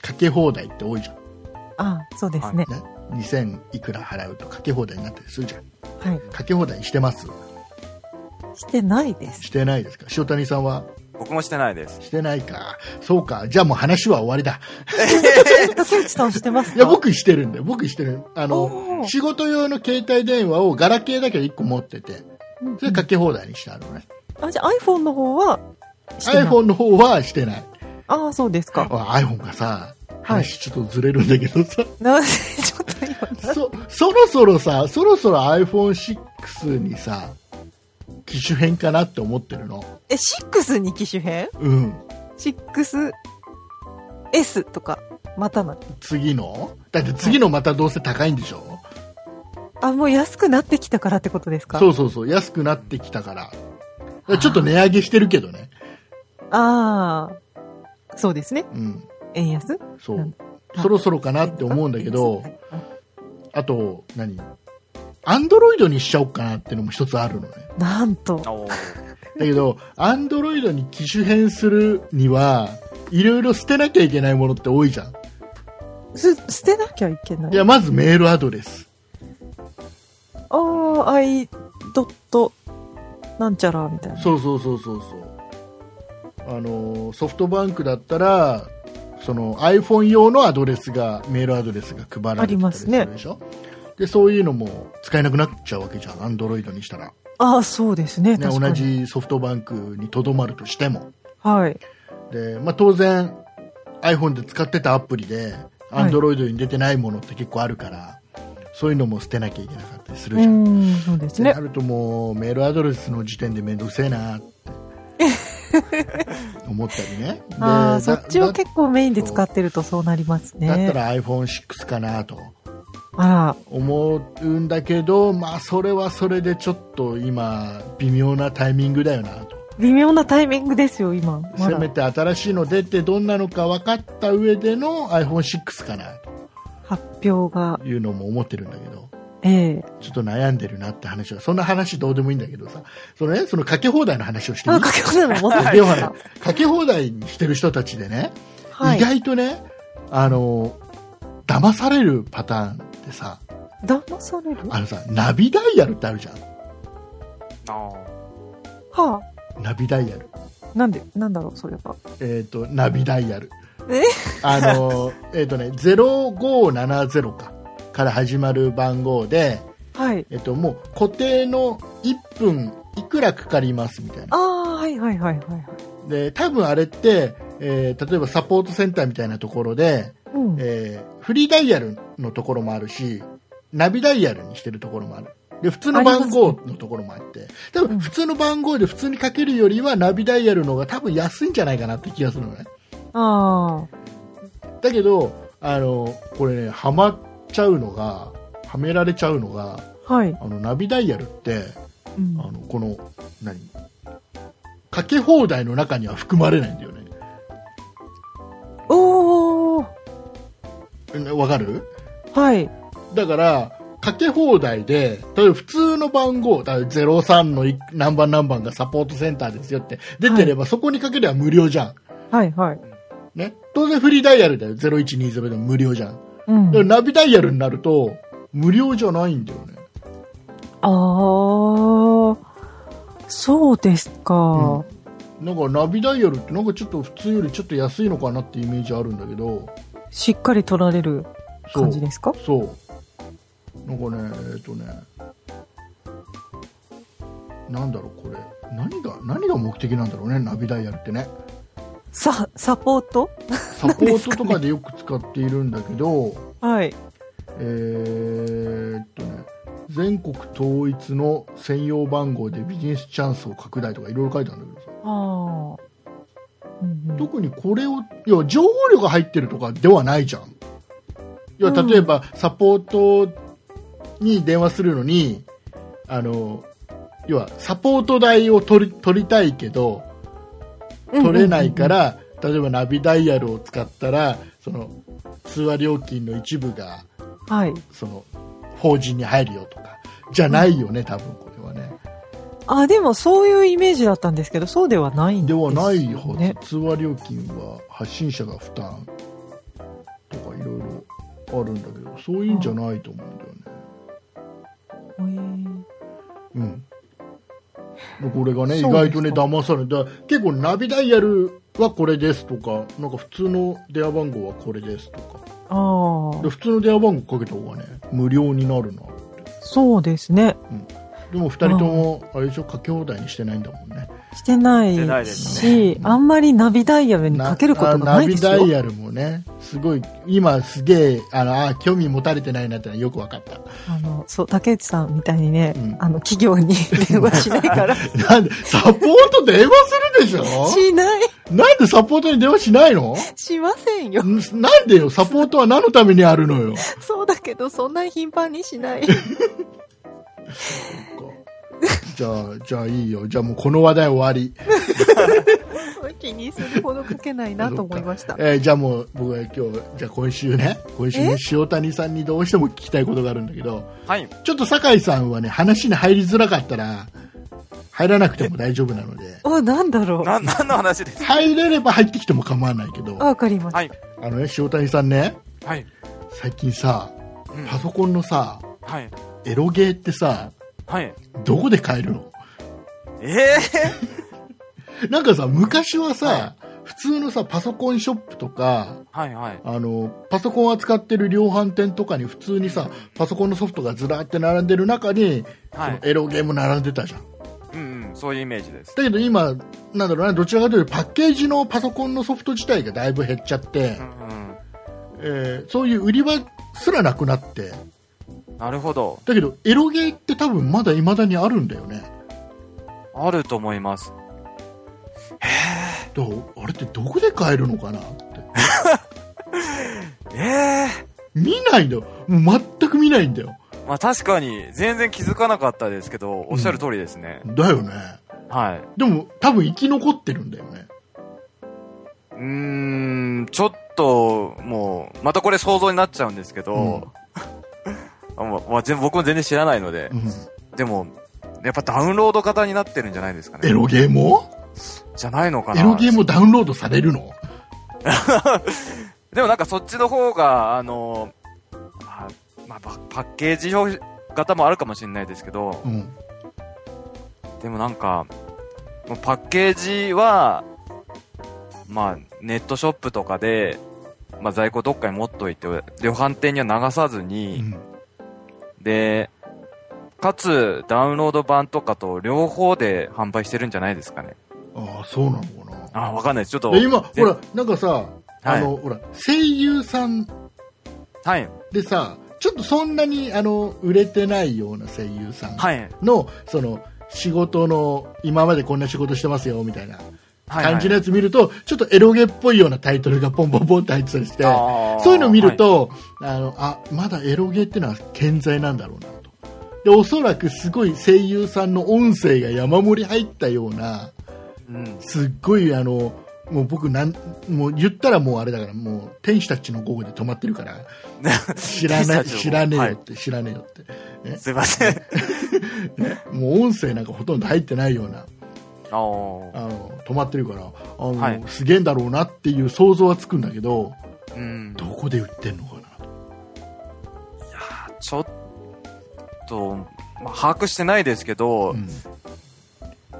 S2: かけ放題って多いじゃん。
S4: ああ、そうですね。
S2: ね。2000いくら払うとかけ放題になったりするじゃん。
S4: はい。
S2: かけ放題してます
S4: してないです。
S2: してないですか塩谷さんは
S3: 僕もしてないです。
S2: してないか。そうか。じゃあもう話は終わりだ。
S4: え竹内さんしてますか
S2: いや、僕してるんだよ。僕してる。あ
S4: お
S2: の、
S4: ー
S2: 仕事用の携帯電話をガラケーだけど1個持ってて、
S4: うん
S2: それかけ放題にしてあるのね。
S4: あ、じゃあ iPhone の方はしてない
S2: iPhone の方はしてない。
S4: ああ、そうですか。
S2: あ iPhone がさ、話ちょっとずれるんだけどさ、
S4: なちょっと今な、
S2: そ、そろそろさ、そろそろ iPhone6 にさ、機種変かなって思ってるの。
S4: え、6に機種変
S2: うん。
S4: ?6S とか、またない。
S2: 次のだって次のまたどうせ高いんでしょ、
S4: あ、もう安くなってきたからってことですか。
S2: そううそうそう、安くなってきたから。だからちょっと値上げしてるけどね。
S4: ああ、そうですね。
S2: うん。
S4: 円安
S2: そ
S4: な。
S2: うんそろそろかなって思うんだけど
S4: は、い
S2: あと、何アンドロイドにしちゃおうかなっていうのも一つあるのね。
S4: なんと。
S3: おー
S2: だけど、アンドロイドに機種変するには、いろいろ捨てなきゃいけないものって多いじゃん。
S4: す捨てなきゃいけない
S2: い。や、まずメールアドレス。
S4: ああ、i ドット、なんちゃら、みたいな。
S2: そうそうそうそうそう。あのー、ソフトバンクだったら、その iPhone 用のアドレスが、メールアドレスが配られてたりするでしょ、で、そういうのも使えなくなっちゃうわけじゃん。アンドロイドにしたら。
S4: ああ、そうですね。
S2: ね、
S4: 確か
S2: 同
S4: に。
S2: じソフトバンクにとどまるとしても。
S4: はい。
S2: で、まあ、当然 iPhone で使ってたアプリで
S4: はい
S2: Android に出てないものって結構あるから、そういうのも捨てなきゃいけなかったりする
S4: う
S2: じゃん。
S4: ん、そうです
S2: ね、
S4: ね
S2: な。るともうメールアドレスの時点で面倒くせえなって思ったりね。で
S4: ああ、
S2: だ
S4: そっちを
S2: だ
S4: 結構メインで使ってるとそうなりますね。
S2: だったら iPhone6 かなと
S4: あ
S2: 思うんだけど、まあそれはそれでちょっと今微妙なタイミングだよなと。
S4: ら、微妙なタイミングですよ、今。ま
S2: せ
S4: だ
S2: めて新しいの出てどんなのか分かった上での iPhone6 かなと
S4: 発表が。
S2: いうのも思ってるんだけど
S4: ええ
S2: ちょっと悩んでるなって話はそんな話どうでもいいんだけどさそのねそのかけ放題の話をしてみ
S4: あ、
S2: か
S4: かけ放題の
S2: け
S4: 問題
S2: 放題かけ放題にしてる人たちでね、
S4: は
S2: 意
S4: い。
S2: 外とねあの騙されるパターンってさ
S4: 騙されるは
S2: あのさナビダイヤルってあるじゃん
S3: あ
S4: あ、
S2: ナビダイヤル
S4: なんで、なんだろう、それは。
S2: えっ、とナビダイヤル
S4: え
S2: あの、 えっ、とね、0570か、から始まる番号で、
S4: はい。
S2: えっ、と、もう固定の1分いくらかかりますみたい
S4: あ
S2: な。
S4: あ、はいはいはいはいはい。
S2: で、多分あれって、えー例えばサポートセンターみたいなところで、
S4: うん。
S2: えーフリーダイヤルのところもあるし、ナビダイヤルにしてるところもある。で、普通の番号のところもあって、多
S4: う
S2: 分
S4: ん
S2: 普通の番号で普通にかけるよりはナビダイヤルの方が多分安いんじゃないかなって気がするのね。
S4: あ
S2: だけどあのこれねハマっちゃうのがはめられちゃうのが
S4: あ、はい。
S2: あのナビダイヤルって
S4: うん
S2: あのこの何かけ放題の中には含まれないんだよね
S4: おお
S2: えわかる
S4: はい。
S2: だからかけ放題で例えば普通の番号だから03のい何番何番がサポートセンターですよって出てれば、そこにかければ無料じゃん
S4: はいはい。
S2: ね。当然フリーダイヤルだよ。0120でも無料じゃん。
S4: うん
S2: だからナビダイヤルになると、無料じゃないんだよね。
S4: ああ、そうですか。
S2: なんかナビダイヤルってなんかちょっと普通よりちょっと安いのかなってイメージあるんだけど、
S4: しっかり取られる
S2: そう
S4: 感じですか
S2: そう。なんかね、えっとね、なんだろう、これ。何が、何が目的なんだろうね、ナビダイヤルってね。
S4: さ、サポート
S2: サポートとかでよく使っているんだけど、
S4: はい。
S2: えーっとね、全国統一の専用番号でビジネスチャンスを拡大とかいろいろ書いてあるんだけどさ、
S4: ああ。うんうん
S2: 特にこれを、いや、情報量が入ってるとかではないじゃん。いや、
S4: うん
S2: 例えば、サポートに電話するのに、あの、要は、サポート代を取り、取りたいけど、取れないか。ら、例えばナビダイヤルを使ったら、その、通話料金の一部が、
S4: はい。
S2: その法人に入るよとかじゃないよね、多分これはね
S4: あ、でもそういうイメージだったんですけど、そうではないんで
S2: ですは
S4: よね。
S2: ないはず、通話料金は発信者が負担とかいろいろあるんだけどそういうんじゃないと思うんだよね
S4: へ
S2: う
S4: ー
S2: んでこれがね意
S4: そうで
S2: 外
S4: すか
S2: とね騙された結構ナビダイヤルはこれですとかなんか普通の電話番号はこれですとか
S4: あ
S2: で
S4: あ、
S2: 普通の電話番号かけた方がね無料になるなって
S4: そうですね。
S2: でも2人ともあれでしょかけ放題にしてないんだもんね
S4: してない
S3: してないです
S4: し、あんまりナビダイヤルにかけることがないです
S2: あナビダイ
S4: よ。
S2: ヤルもね、すごい、今すげえ、あの、あ興味持たれてないなってのはよくわかった。
S4: あの、そう、竹内さんみたいにね、
S2: うん
S4: あの、企業に電話しない から、し
S2: なんで、サポート電話するで しょ
S4: ない、
S2: なんでサポートに電話しない の
S4: しませんよ。
S2: んなんでよ、サポートは何のためにあるの よ。
S4: そうだけど、そんなに頻繁にしない。
S2: じゃあ、じゃあいいよ。じゃあもうこの話題終わり。
S4: 気にするほどかけないなと思いました。
S2: えーじゃあもう僕は今日、じゃあ今週ね、今週ね
S4: え、
S2: 塩谷さんにどうしても聞きたいことがあるんだけど、
S3: はい。
S2: ちょっと酒井さんはね、話に入りづらかったら、入らなくても大丈夫なので。
S4: お、なんだろう。
S3: な、何の話です
S2: 入れれば入ってきても構わないけど、
S4: あわかりました。
S3: はい。
S2: あのね、塩谷さんね、
S3: はい。
S2: 最近さ、
S3: うん
S2: パソコンのさ、
S3: はい。
S2: エロゲーってさ、
S3: はい。
S2: どこで買えるの
S3: ええ
S2: なんかさ、昔はさ、普通のさ、パソコンショップとか、
S3: はいはい。
S2: あの、パソコンを扱ってる量販店とかに普通にさ、パソコンのソフトがずらーって並んでる中に、
S3: はい
S2: そのエロゲーも並んでたじゃん。
S3: うんうん。そういうイメージです。
S2: だけど今、なんだろうな、どちらかというとパッケージのパソコンのソフト自体がだいぶ減っちゃって
S3: う、ん
S2: えーそういう売り場すらなくなって、
S3: うん。なるほど。
S2: だけどエロゲーって多分まだ未だにあるんだよね
S3: あると思います。
S2: どうあれってどこで買えるのかなって
S3: ええ
S2: 見ないんだよもう全く見ないんだよ
S3: まあ確かに、全然気づかなかったですけど、おっしゃる通りですね。
S2: だよね
S3: はい。
S2: でも多分生き残ってるんだよね
S3: うーん、ちょっと、もう、またこれ想像になっちゃうんですけど、あもうまあ全僕も全然知らないので
S2: う、ん、
S3: でも、やっぱダウンロード型になってるんじゃないですか
S2: エ
S3: ね。
S2: ロゲーも
S3: じゃないのかな。
S2: エロゲーもダウンロードされるの
S3: でもなんかそっちの方が、あの、まあ、まあパパッケージ表型もあるかもしれないですけど
S2: う、ん
S3: でもなんか、もうパッケージは、まあ、ネットショップとかで、まあ、在庫どっかに持っといて、量販店には流さず
S2: う
S3: に、
S2: ん
S3: で、かつ、ダウンロード版とかと両方で販売してるんじゃないですかね。
S2: ああそうなのかな
S3: あ、わかんないです。ちょっと。
S2: で今ほ
S3: ぜ
S2: らなんかさ、あのほら声優さん
S3: はい。
S2: でさちょっとそんなにあの売れてないような声優さん
S3: はい。
S2: のその仕事の今までこんな仕事してますよみたいな
S3: はい。
S2: 感じのやつ見ると、ちょっとエロゲっぽいようなタイトルがポンポンポンって入ってたりして
S3: あー
S2: そういうのを見ると、あのあまだエロゲってのは健在なんだろうなとでおそらくすごい声優さんの音声が山盛り入ったような
S3: うん。
S2: すっごいあのもう僕なんもう言ったらもうあれだからもう天使たちの午後で止まってるから知 らない
S3: 天使たちの午後
S2: 知らねえよって、知らねえよって
S3: すいません。
S2: もう音声なんかほとんど入ってないような
S3: あー
S2: あの止まってるからあの、
S3: はい
S2: すげえんだろうなっていう想像はつくんだけど
S3: うん。
S2: どこで売ってんのかな
S3: ちょっと、まあ、把握してないですけど、
S2: うん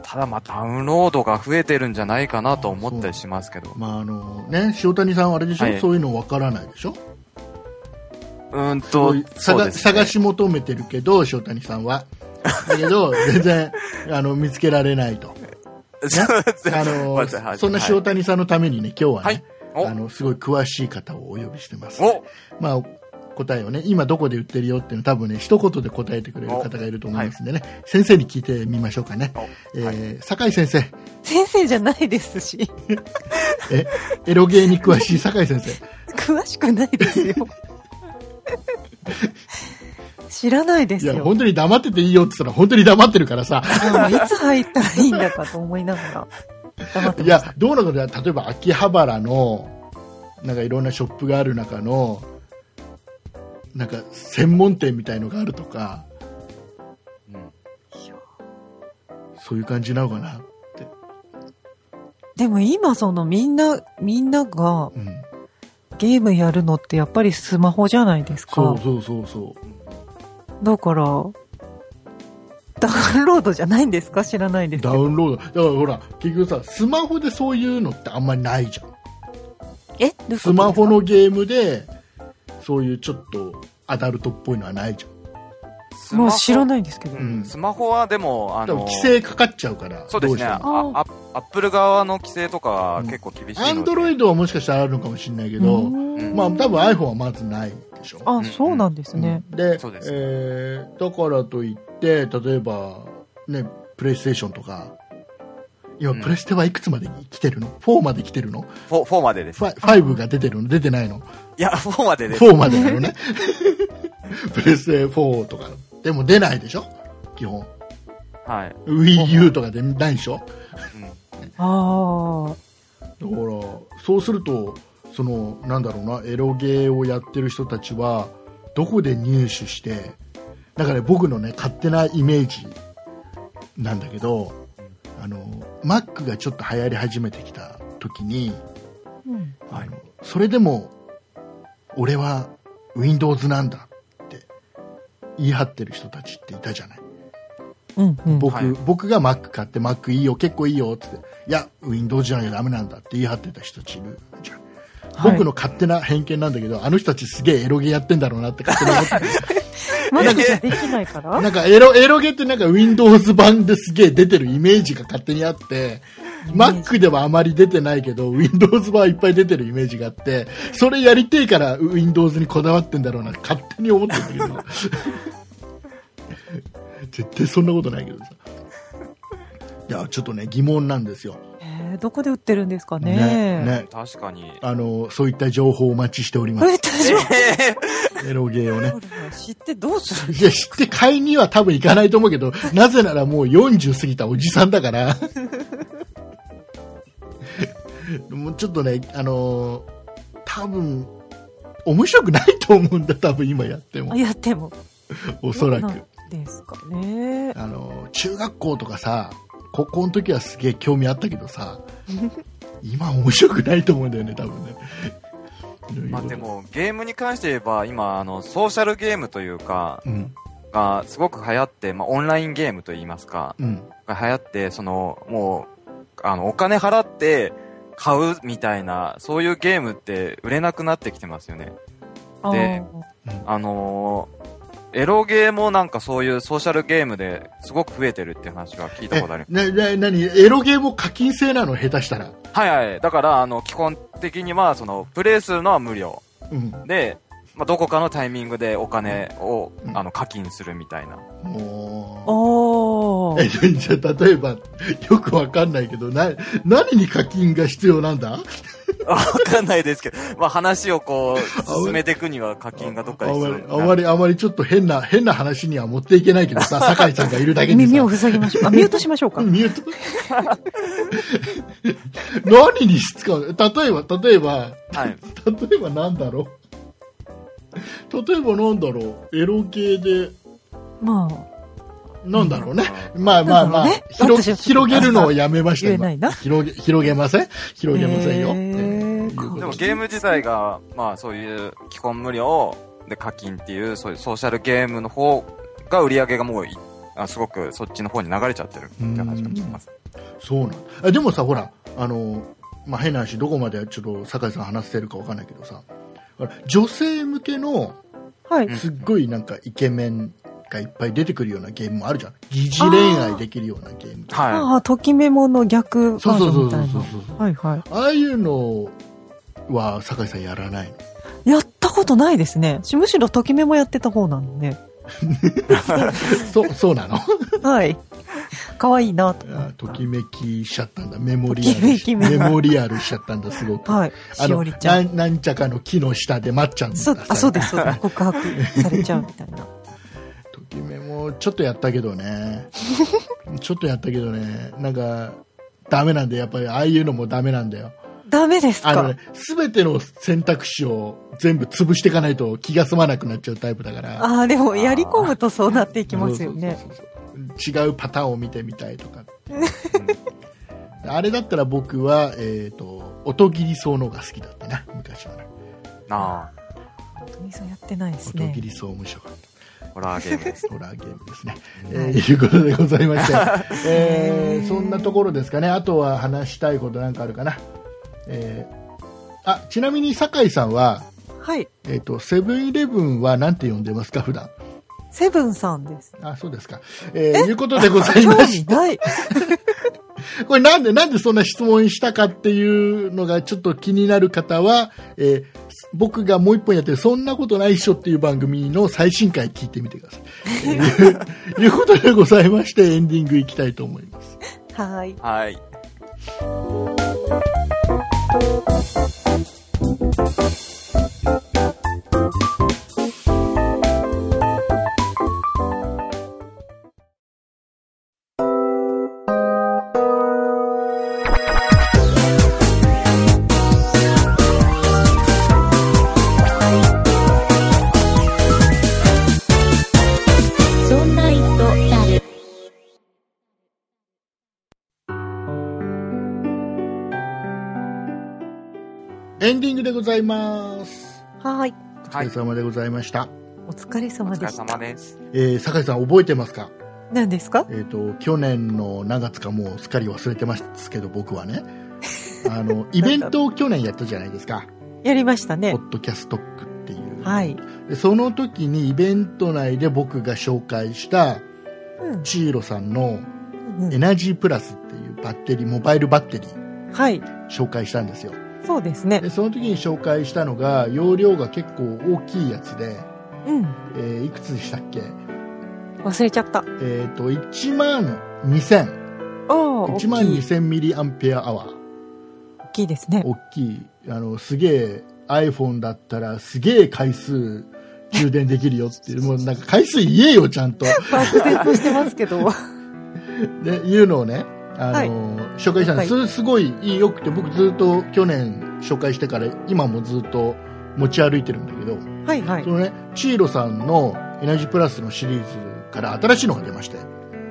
S3: ただまあダウンロードが増えてるんじゃないかなと思ったりしますけど。
S2: まああのね、塩谷さんはあれでしょ、
S3: はい
S2: そういうのわからないでしょ
S3: うーん
S2: そ
S3: と
S2: ういう、
S3: そう
S2: 探
S3: ですね
S2: 探し求めてるけど塩谷さんはだけ ど全然あの見つけられないと
S3: そうですね
S2: あ
S3: ごめんなさいは
S2: の
S3: い
S2: そんな塩谷さんのためにね今日は
S3: は
S2: ね
S3: い、お
S2: あのすごい詳しい方をお呼びしてます
S3: お
S2: まあ、答えをね今どこで売ってるよっていうの多分ね一言で答えてくれる方がいると思いますんでね、先生に聞いてみましょうかね
S3: お、
S2: えー酒井先生
S4: 先生じゃないですし、
S2: えエロゲーに詳しい酒井先生
S4: 詳しくないです よ。知らないです
S2: いや
S4: よ。
S2: 本当に黙ってていいよって言ったら本当に黙ってるからさ
S4: でもいつ入ったらいいんだかと思いながら黙って
S2: い
S4: まし
S2: やどうなのかな例えば秋葉原のなんかいろんなショップがある中のなんか専門店みたいのがあるとか
S3: うん
S4: たいや
S2: そういう感じなのかな、
S4: でも今そのみんな、みんなが
S2: うん、
S4: ゲームやるのってやっぱりスマホじゃないです
S2: そう
S4: か。
S2: そうそうそう
S4: だから、ダウンロードじゃないんですか知らないですけ
S2: ダ
S4: ど。
S2: ウンロードだからほら結局さスマホでそういうのってあんまりないじゃん
S4: えどういうことですか
S2: スマホのゲームでそういうちょっとアダルトっぽいのはないじ
S3: スマ
S4: も
S3: ホ
S4: う知らないんですけど。
S2: ん
S3: うんスマホはでも、
S2: ゃ
S3: あ
S2: ん多分
S3: の、
S2: 規制かかっちゃうから
S3: そうですね。
S2: ど
S3: あ
S2: しても
S3: あアップル側の規制とか結構厳しいので。
S2: アンドロイドはもしかしたらあるのかもしれないけど、
S4: うん
S2: まあ多分 iPhone はまずないでしょ
S4: あ、そうなんですね。
S2: うんで
S3: そうです
S2: えーだからといって例えば、ね、プレイステーションとか今、
S3: うん
S2: プレステはいくつまで来てるの ?4 まで来てるの
S3: フォ ?4 までです。
S2: ファ ?5 が出てるの出てないの
S3: いや、4までです。
S2: ?4 までなのね。 プレステ4とか。でも出ないでしょ基本。
S3: はい。
S2: Wii U とかでないでしょ
S3: うん
S4: あ
S2: だからそうするとそのなんだろうなエロゲーをやってる人たちはどこで入手してだから、ね、僕のね勝手なイメージなんだけどあの Mac がちょっと流行り始めてきた時に
S4: あ。うん
S2: あのそれでも俺は Windows なんだって言い張ってる人たちっていたじゃない
S4: うんうん。
S2: 僕,、
S3: はい
S2: 僕が Mac 買って Mac いいよ結構いいよって言っていや Windows じゃなきゃダメなんだって言い張ってた人たちいるじゃん
S4: はい
S2: 僕の勝手な偏見なんだけど、あの人たちすげえエロゲやってんだろうなって勝手に思ってる
S4: まだじゃできないから
S2: なんかエロ、エロゲってなんか Windows 版ですげえ出てるイメージが勝手にあって、Mac ではあまり出てないけど、Windows 版はいっぱい出てるイメージがあって、それやりてえから Windows にこだわってんだろうなって勝手に思ってるんだけど。絶対そんなことないけどさ。いや、ちょっとね、疑問なんですよ。
S4: えーどこで売ってるんですかね。
S2: ね。ね
S3: 確かに。
S2: あの、そういった情報をお待ちしており
S4: こ
S2: ま
S4: れ
S2: す。
S4: 大丈
S3: え
S2: エロゲーをね。
S4: 夫知ってどうする
S2: いや、知って買いには多分行かないと思うけど、なぜならもう40過ぎたおじさんだから。もうちょっとね、あのー多分、面白くないと思うんだ、多分今やっても
S4: あ。やっても。
S2: おそら
S4: どうな
S2: く
S4: ん。ですかね。
S2: あのー中学校とかさ、高校の時はすげえ興味あったけどさ、今面白くないと思うんだよね、多分ね。
S3: まあでも、ゲームに関して言えば、今、あの、ソーシャルゲームというか、
S2: うん、
S3: がすごく流行って、まあオンラインゲームといいますか、
S2: うん。
S3: が流行って、その、もう、あの、お金払って買うみたいな、そういうゲームって売れなくなってきてますよね。
S4: あー
S3: あのーエロゲーもなんかそういうソーシャルゲームですごく増えてるっていう話は聞いたことあり
S2: え、な、な、なに、エロゲーも課金制なの下手したら。
S3: はいはい。だから、あの、基本的には、その、プレイするのは無料。
S2: うん。
S3: で、まあ、どこかのタイミングでお金を、
S2: うん
S3: あの、課金するみたいな。
S2: もう。
S4: あ
S2: え
S4: ー。
S2: じゃあ例えばよくわかんないけどな何に課金が必要なんだ
S3: わかんないですけど、まあ、話をこう、進めていくには課金がどっか
S2: あ
S3: で
S2: ま
S3: 必要
S2: り
S3: にな
S2: あ
S3: る
S2: まりあまりちょっと変な変な話には持っていけないけど さ酒井さんがいるだけにさ
S4: 耳を塞ぎま しょう。あ、ミュートしましょうか。
S2: ミュート何に使う例えば例えば
S3: はい。
S2: 例えばなんだろう例えばなんだろうエロ系で
S4: まあ、
S2: なんだろうね。
S3: うん
S2: まあまあまあ、
S4: なんだろう
S2: 広
S4: ね私は
S2: 広げるのをやめました
S4: 言え
S2: 今
S4: ないな。
S2: 広げ、広げません広げませんよ。
S4: へー
S2: っていうこと
S3: でもゲーム自体が、まあそういう基本無料で課金っていう、そういうソーシャルゲームの方が売り上げがもういあ、すごくそっちの方に流れちゃってるって話が聞きます。
S2: そうなんあでもさ、ほら、あの、まあ、変な話、どこまでちょっと酒井さん話せるかわかんないけどさ、ほら女性向けの
S4: はい。
S3: うん
S2: すっごいなんかイケメンがいっぱい出てくるようなゲームもあるじゃん。疑似恋愛できるようなゲームとか。
S3: は
S4: ああ、ときめもの逆バ
S2: そう
S4: ージ
S2: そう
S4: ョン
S2: そう
S4: み
S2: そう
S4: たい
S2: そう
S4: な。はいはい。
S2: ああいうのは酒井さんやらないの
S4: やったことないですね。しむしろときめもやってた方なんで。
S2: そう、そうなの
S4: はい。可愛いなと。
S2: あときめきしちゃったんだ。メモリア
S4: とき
S2: ル
S4: め
S2: し
S4: きメ
S2: メ
S4: モ
S2: モリアルしちゃったんだ、すごく。
S4: はい。
S2: あ
S4: し
S2: の
S4: おりち
S2: な
S4: ゃ。
S2: んんなんちゃかの木の下で待っちゃうんだ
S4: そう、あ、そうです、そ うです。告白されちゃうみたいな。
S2: ときめもちょっとやったけどね ちょっとやったけどねなんかダメなんでやっぱりああいうのもダメなんだよ
S4: ダメです
S2: あの
S4: か
S2: ね全ての選択肢を全部潰していかないと気が済まなくなっちゃうタイプだから
S4: ああ、でも、やり込むとそうなっていきますよね。
S2: そうそうそうそう違うパターンを見てみたいとかあれだったら僕は、えー、と音切り草の方が好きだったな昔はね
S3: い。な
S4: 本当にそうやってないです
S2: 音
S4: ね
S2: 切。り草面白かった
S3: あ、ホラーゲームです。
S2: ホラーゲームですね。え
S4: はい
S2: ー、いうことでございま して、えーそんなところですかね。あとは話したいことなんかあるかな。えーあ、ちなみに酒井さんは、
S4: はい。
S2: えっ、と、セブンイレブンはなんて呼んでますか、普段。
S4: セブンさんです。
S2: あ、そうですか。えーいうことでござい
S4: 興
S2: ま
S4: 味
S2: し
S4: ない。
S2: て、これなんで、なんでそんな質問したかっていうのがちょっと気になる方は、えー僕がもう一本やってる、そんなことないっしょっていう番組の最新回聞いてみてください。え ーいうことでございまして、エンディングいきたいと思います。
S4: はい。
S3: はい。
S1: そんな糸だる。
S2: エンディングでございます。
S4: はい。
S2: お疲
S3: は
S2: れ
S3: い。
S2: 様でございました。
S4: お疲れ
S3: お
S4: 様
S3: 疲
S4: で
S3: れ
S4: した。
S3: 様です。
S2: えー、酒井さん覚えてますか
S4: 何ですか
S2: えっ、と、去年の何月かもうすっかり忘れてますけど、僕はね。あの、イベントを去年やったじゃないですか。
S4: やりました
S2: ポ
S4: ね。
S2: ッドキャストックっていう。
S4: はい。
S2: でその時にイベント内で僕が紹介した、
S4: うん
S2: チーロさんの
S4: うん
S2: エナジープラスっていうバッテリー、モバイルバッテリー
S4: はい。
S2: 紹介したんですよ。
S4: そうですね
S2: で、。その時に紹介したのが、容量が結構大きいやつで、
S4: うん。
S2: えーいくつでしたっけ
S4: 忘れちゃった。
S2: えっ、と、1万2000。
S4: おー、
S2: 1万
S4: 大きい
S2: 2000ミリアンペアアワー。
S4: 大きいですね。
S2: 大きい。あの、すげえ iPhone だったらすげえ回数充電できるよって いう、もうなんか回数言えよ、ちゃんと。
S4: 漠然としてますけど。
S2: で、いうのをね、あの、紹介したんです。それすごいいいよくて、僕ずっと去年紹介してから今もずっと持ち歩いてるんだけど、
S4: はいはい
S2: そ。のね、チーロさんのエナジープラスのシリーズから新しいのが出まして、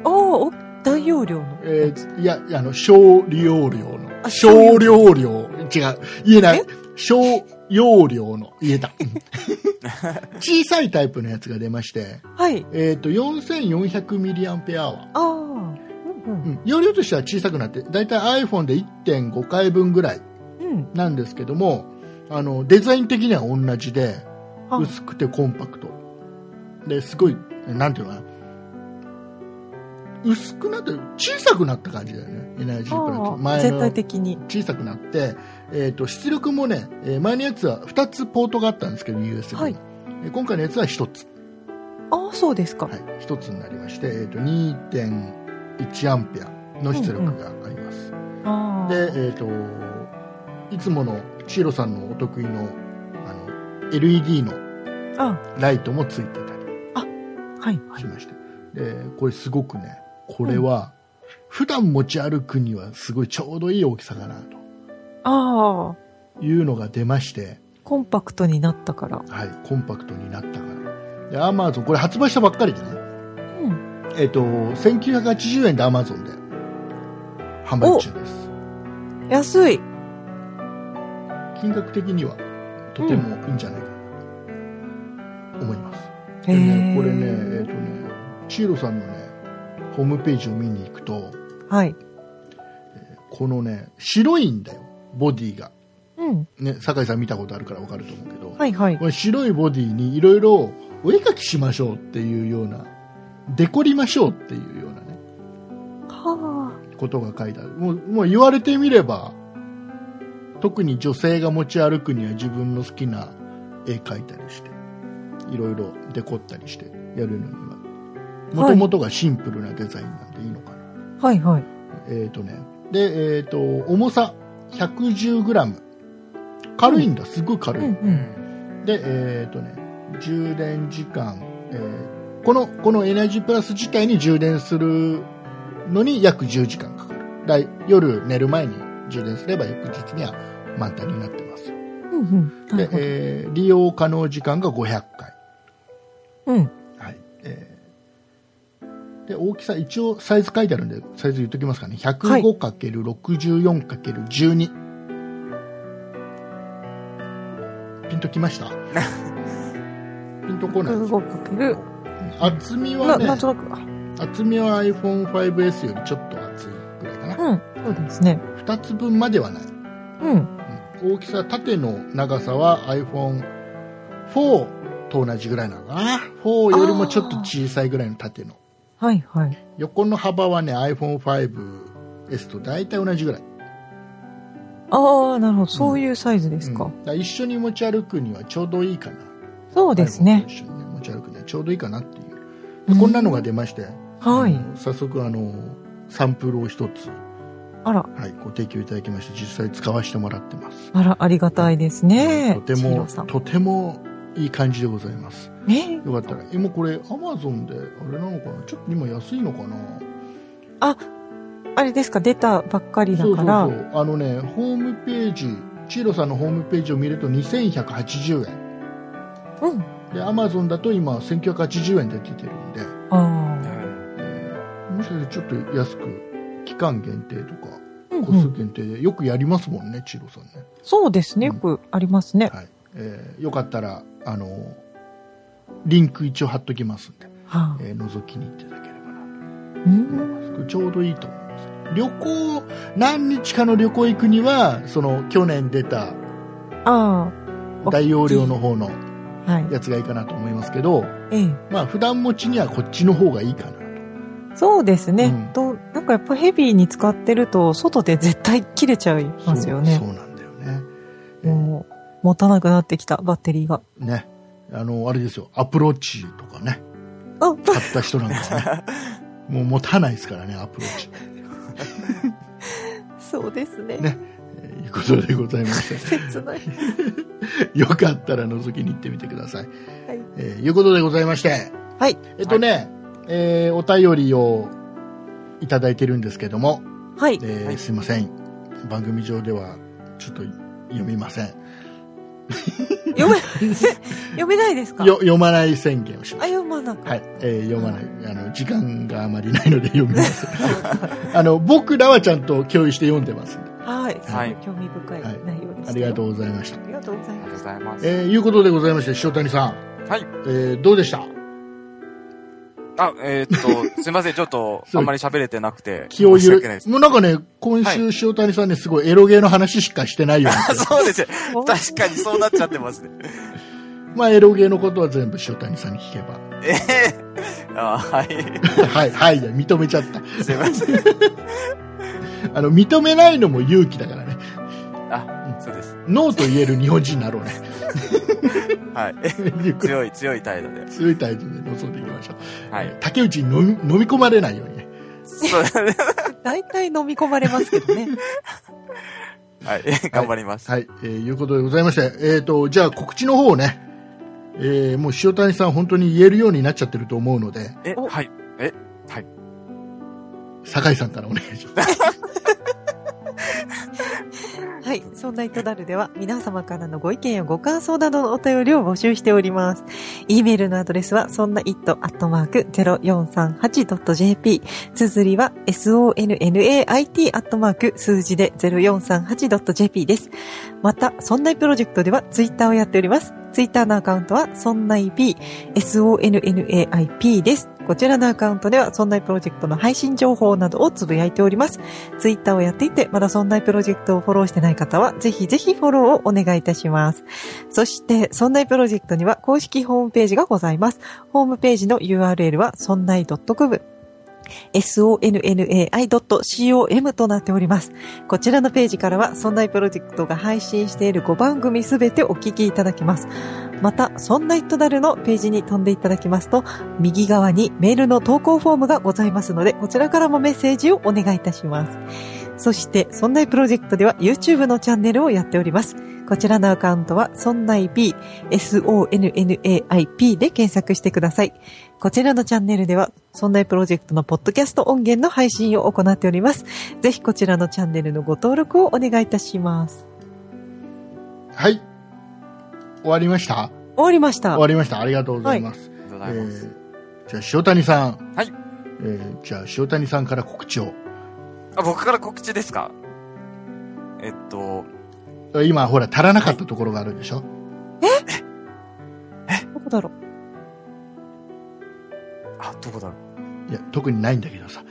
S4: おー、お大容量の。
S2: えーいや、いやあの、小容量の。
S4: あ
S2: 小容量。違う。言えない
S4: え。
S2: 小容量の。言えた。 小さいタイプのやつが出まして、
S4: はい。
S2: えっ、と、4400mAh。
S4: ああ。うん
S2: うん、容量としては小さくなって、だいたい iPhone で1.5回分ぐらい
S4: うん。うん。
S2: なんですけども、あの、デザイン的には同じで、
S4: あ
S2: 薄くてコンパクト。で、すごい、なんていうのかな。薄くなって、小さくなった感じだよね。エナジープラス。
S4: ああ
S2: 前
S4: 全
S2: の
S4: 体的に。
S2: 小さくなって、えー、と出力もね、えー前のやつは2つポートがあったんですけど USB の、
S4: はい
S2: えー今回のやつは1つ、
S4: ああ、そうですか。
S2: はい、1つになりまして、えー、と2.1アンペアの出力があります、
S4: ああ。
S2: で、えー、といつものシーロさんのお得意のあの LED の
S4: あ
S2: ライトもついてたり
S4: はいはい
S2: し。ました、でこれすごくねこれは普段持ち歩くにはすごいちょうどいい大きさだな
S4: ああ。
S2: というのが出まして
S4: コンパクトになったから。
S2: はい、コンパクトになったから。で、アマゾン、これ発売したばっかりでね、
S4: うん。
S2: えっと、1980円で Amazon で販売中です。
S4: 安い。
S2: 金額的にはとてもいいんじゃないかなと思います。で
S4: へ
S2: ね、
S4: ー
S2: これね、えっ、とね、チーロさんのね、ホームページを見に行くと、
S4: はい。
S2: このね、白いんだよ、ボディが。
S4: うん。
S2: ね、酒井さん見たことあるからわかると思うけど、
S4: はいはい
S2: こ。の白いボディにいろいろお絵描きしましょうっていうような、デコりましょうっていうようなね、
S4: は
S2: ことが書いてある。もう、もう言われてみれば、特に女性が持ち歩くには自分の好きな絵描いたりして、いろいろデコったりしてやるのには、も
S4: は
S2: と
S4: い
S2: もとがシンプルなデザインなんでいいのかな。
S4: あ。はいはい。
S2: えっ、とね。で、えっ、と、重さ 110g。軽いんだ、すごい軽い。
S4: うんうん。
S2: で、えっ、とね、充電時間、えーこの、このエナジープラス自体に充電するのに約10時間かかる。だい夜寝る前に充電すれば翌日には満タンになってますよ。
S4: うんうん。なる
S2: で、
S4: ほど
S2: えー利用可能時間が500回。
S4: うん。
S2: はい。えーで、大きさ、一応サイズ書いてあるんで、サイズ言っときますかね。105×64×12。ピンときま したピンとこないでしょ
S4: 動かける。
S2: 厚みは
S4: な、
S2: ね
S4: なん、となく。あ
S2: 厚みは iPhone5S よりちょっと厚いぐらいかな。
S4: うん。そうですね。
S2: 2つ分まではない。
S4: うん。
S2: うん大きさ、縦の長さは iPhone4 と同じぐらいなのかな。4よりもちょっと小さいぐらいの縦の。
S4: はいはい。
S2: 横の幅はね iPhone5S と大体同じぐらい
S4: ああ、なるほど。そういうサイズです
S2: うん
S4: か。
S2: だら一緒に持ち歩くにはちょうどいいかな
S4: そうですね
S2: iPhone と一緒にね持ち歩くにはちょうどいいかなっていうでこんなのが出まして、
S4: はい
S2: あ。の早速あのサンプルを一つ、
S4: あら、
S2: はい、ご提供いただきまして実際使わせてもらってます、
S4: あら、ありがたいですね。
S2: とて
S4: 千
S2: も
S4: 尋さん
S2: とてもいい感じでございます
S4: ね。
S2: よかったらえもうこれ Amazon であれなのかなちょっと今安いのかな
S4: あ、あれですか、出たばっかりだ
S2: そう
S4: か
S2: そう
S4: ら。
S2: そうあのねホームページチーロさんのホームページを見ると2180円
S4: うん。
S2: で、アマゾンだと今、1980円で出てるんで、
S4: ああ。
S3: う
S2: もしかしてちょっと安く、期間限定とか、
S4: うん
S2: 個
S4: う
S2: 数
S4: ん、
S2: 限定で、よくやりますもんね、チロさんね。
S4: そうですね。よくありますね。
S2: はい。えーよかったら、あの、リンク一応貼っときますんで、
S4: はあ
S2: えー覗きに行っていただければな
S4: う
S2: と思い
S4: ん。
S2: ます。これちょうどいいと思います。旅行、何日かの旅行行くには、その、去年出た
S4: あ
S2: 大容量の方の
S4: あ。はい。
S2: やつがいいかなと思いますけど、
S4: ええ。
S2: まあ、普段持ちにはこっちの方がいいかなと。
S4: そうですね、
S2: うん
S4: と、なんかやっぱヘビーに使ってると、外で絶対切れちゃいますよね
S2: そう。そうなんだよね。
S4: もう、持たなくなってきた、バッテリーが。
S2: ね。あの、あれですよ、アプローチとかね、
S4: あ、
S2: 買った人なんかね、もう持たないですからね、アプローチ。
S4: そうですね。
S2: ねえーいうことでございま し
S4: 切ない。
S2: て、よかったら覗きに行ってみてください。
S4: はい
S2: えーいうことでございまして、
S4: はい。
S2: えっとね、えーお便りをいただいてるんですけども、
S4: はい
S2: え。ー
S3: はい
S2: すいません。番組上では、ちょっと読みません。
S4: 読め、 読めないですか
S2: よ読まない宣言をします
S4: あ、読まなか
S2: はい、えー読まない。あの、時間があまりないので読みます。 あの、僕らはちゃんと共有して読んでますんで。
S4: はい。すご
S3: はい
S4: い興味深い内容でした、
S2: ありがとう
S4: う。
S2: ございました。
S4: ありがとうござい
S3: んありがとうご
S4: ます。
S3: ざいます。
S2: えーいうことでございまして、塩谷さん、
S3: はい。
S2: えーどうでした
S3: あ、えーっ と、すいません、ちょっと、
S2: そう
S3: あんまり喋れてなくて。
S2: 気を
S3: 申し
S2: 緩
S3: 訳ない
S2: い。
S3: です。
S2: もうなんかね、今
S3: はい
S2: 週塩谷さんね、すごいエロゲーの話しかしてないよう
S3: あ
S2: な。
S3: そうですね。
S4: お
S3: 確かにそうなっちゃってますね。
S2: まあ、エロゲーのことは全部塩谷さんに聞けば。
S3: ええあはい。
S2: はい、はい、認めちゃった。
S3: すいません。
S2: あの、認めないのも勇気だからね。
S3: あ、そうです。
S2: ノーと言える日本人になろうね。
S3: はい。
S2: いうことで
S3: 強い、強い態度で。
S2: 強い態度で臨んでいきましょう。
S3: はい。
S2: 竹内に飲み飲み込まれないようにね。
S3: そう
S4: 大体飲み込まれますけどね。
S3: はい。頑張ります。
S2: はい、えーいうことでございまして、えー、とじゃあ告知の方をね、えーもう塩谷さん、本当に言えるようになっちゃってると思うので、
S3: え、
S4: お
S3: はい。え、はい。
S2: 酒井さんからお願いします。
S4: はい。そんな糸だるでは、皆様からのご意見やご感想などのお便りを募集しております。e メールのアドレスは、そんな it.0438.jp。綴りは、sonnait. アットマーク数字で 0438.jp です。また、そんないプロジェクトでは、ツイッターをやっております。ツイッターのアカウントは、そんない p、sonnaip です。こちらのアカウントでは、そんないプロジェクトの配信情報などをつぶやいております。ツイッターをやっていて、まだそんなプロジェクトをフォローしてない方は、ぜひぜひフォローをお願いいたします。そして、そんなプロジェクトには公式ホームページがございます。ホームページの URL は、そんない .com。sonnai.com となっております。こちらのページからは、そんないプロジェクトが配信している5番組すべてお聞きいただけます。また、そんなイットダルのページに飛んでいただきますと、右側にメールの投稿フォームがございますので、こちらからもメッセージをお願いいたします。そして、そんないプロジェクトでは YouTube のチャンネルをやっております。こちらのアカウントは、そんない P、sonnaip で検索してください。こちらのチャンネルでは、そんないプロジェクトのポッドキャスト音源の配信を行っております。ぜひこちらのチャンネルのご登録をお願いいたします。
S2: はい。終わりました
S4: 終わりました。
S2: 終わりました。ありがとうございます。
S3: りが
S2: え
S3: とうございます。
S2: ーじゃあ、塩谷さん。
S3: はい。
S2: えーじゃあ、塩谷さんから告知を。
S3: あ、僕から告知ですかえっと、
S2: 今、ほら、足らなかったところがあるでしょ、
S4: どこ だろう
S3: あ、どこだろう。
S2: い、や、特にないんだけどさ。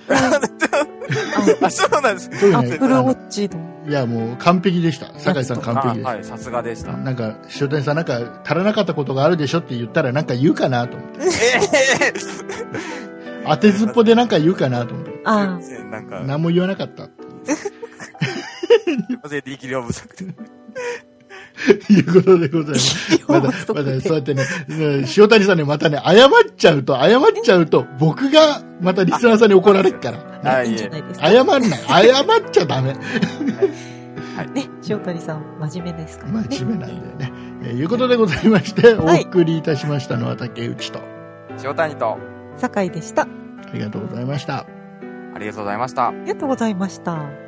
S3: あ、そうなんです。
S2: 特
S4: ア
S2: に
S4: ッ
S2: ね
S4: プルウ
S2: あ
S4: ォ
S2: の
S4: ッチの。
S2: いや、もう完璧でした。酒井さん完
S3: あ
S2: 璧でした。
S3: はい、さすがでした。
S2: なんか、塩谷さん、なんか、足らなかったことがあるでしょって言ったら、なんか言うかなと思って。
S3: え
S2: 当てずっぽでなんか言うかなと思って。
S4: ああ、
S3: えなんか、
S2: 何も言わなかったって
S3: すいません、力量不足で。
S2: いうことでございます。まだ、まだ、そうやってね、うん塩谷さんね、またね、謝っちゃうと、謝っちゃうと、僕が、またリスナーさんに怒られるから。
S3: はい
S4: いん
S3: い
S4: じゃ
S3: え
S4: な。いですか。
S2: 謝んない。謝っちゃダメ。
S4: ね、塩谷さん、真面目ですからね。
S2: 真面目なんだよね。えーいうことでございまして、お
S4: はい
S2: 送りいたしましたのは竹内と、
S3: 塩谷と、
S4: 酒井でした。あ
S2: ありがとうございました。
S3: ありがとうございました。
S4: りがとうございました。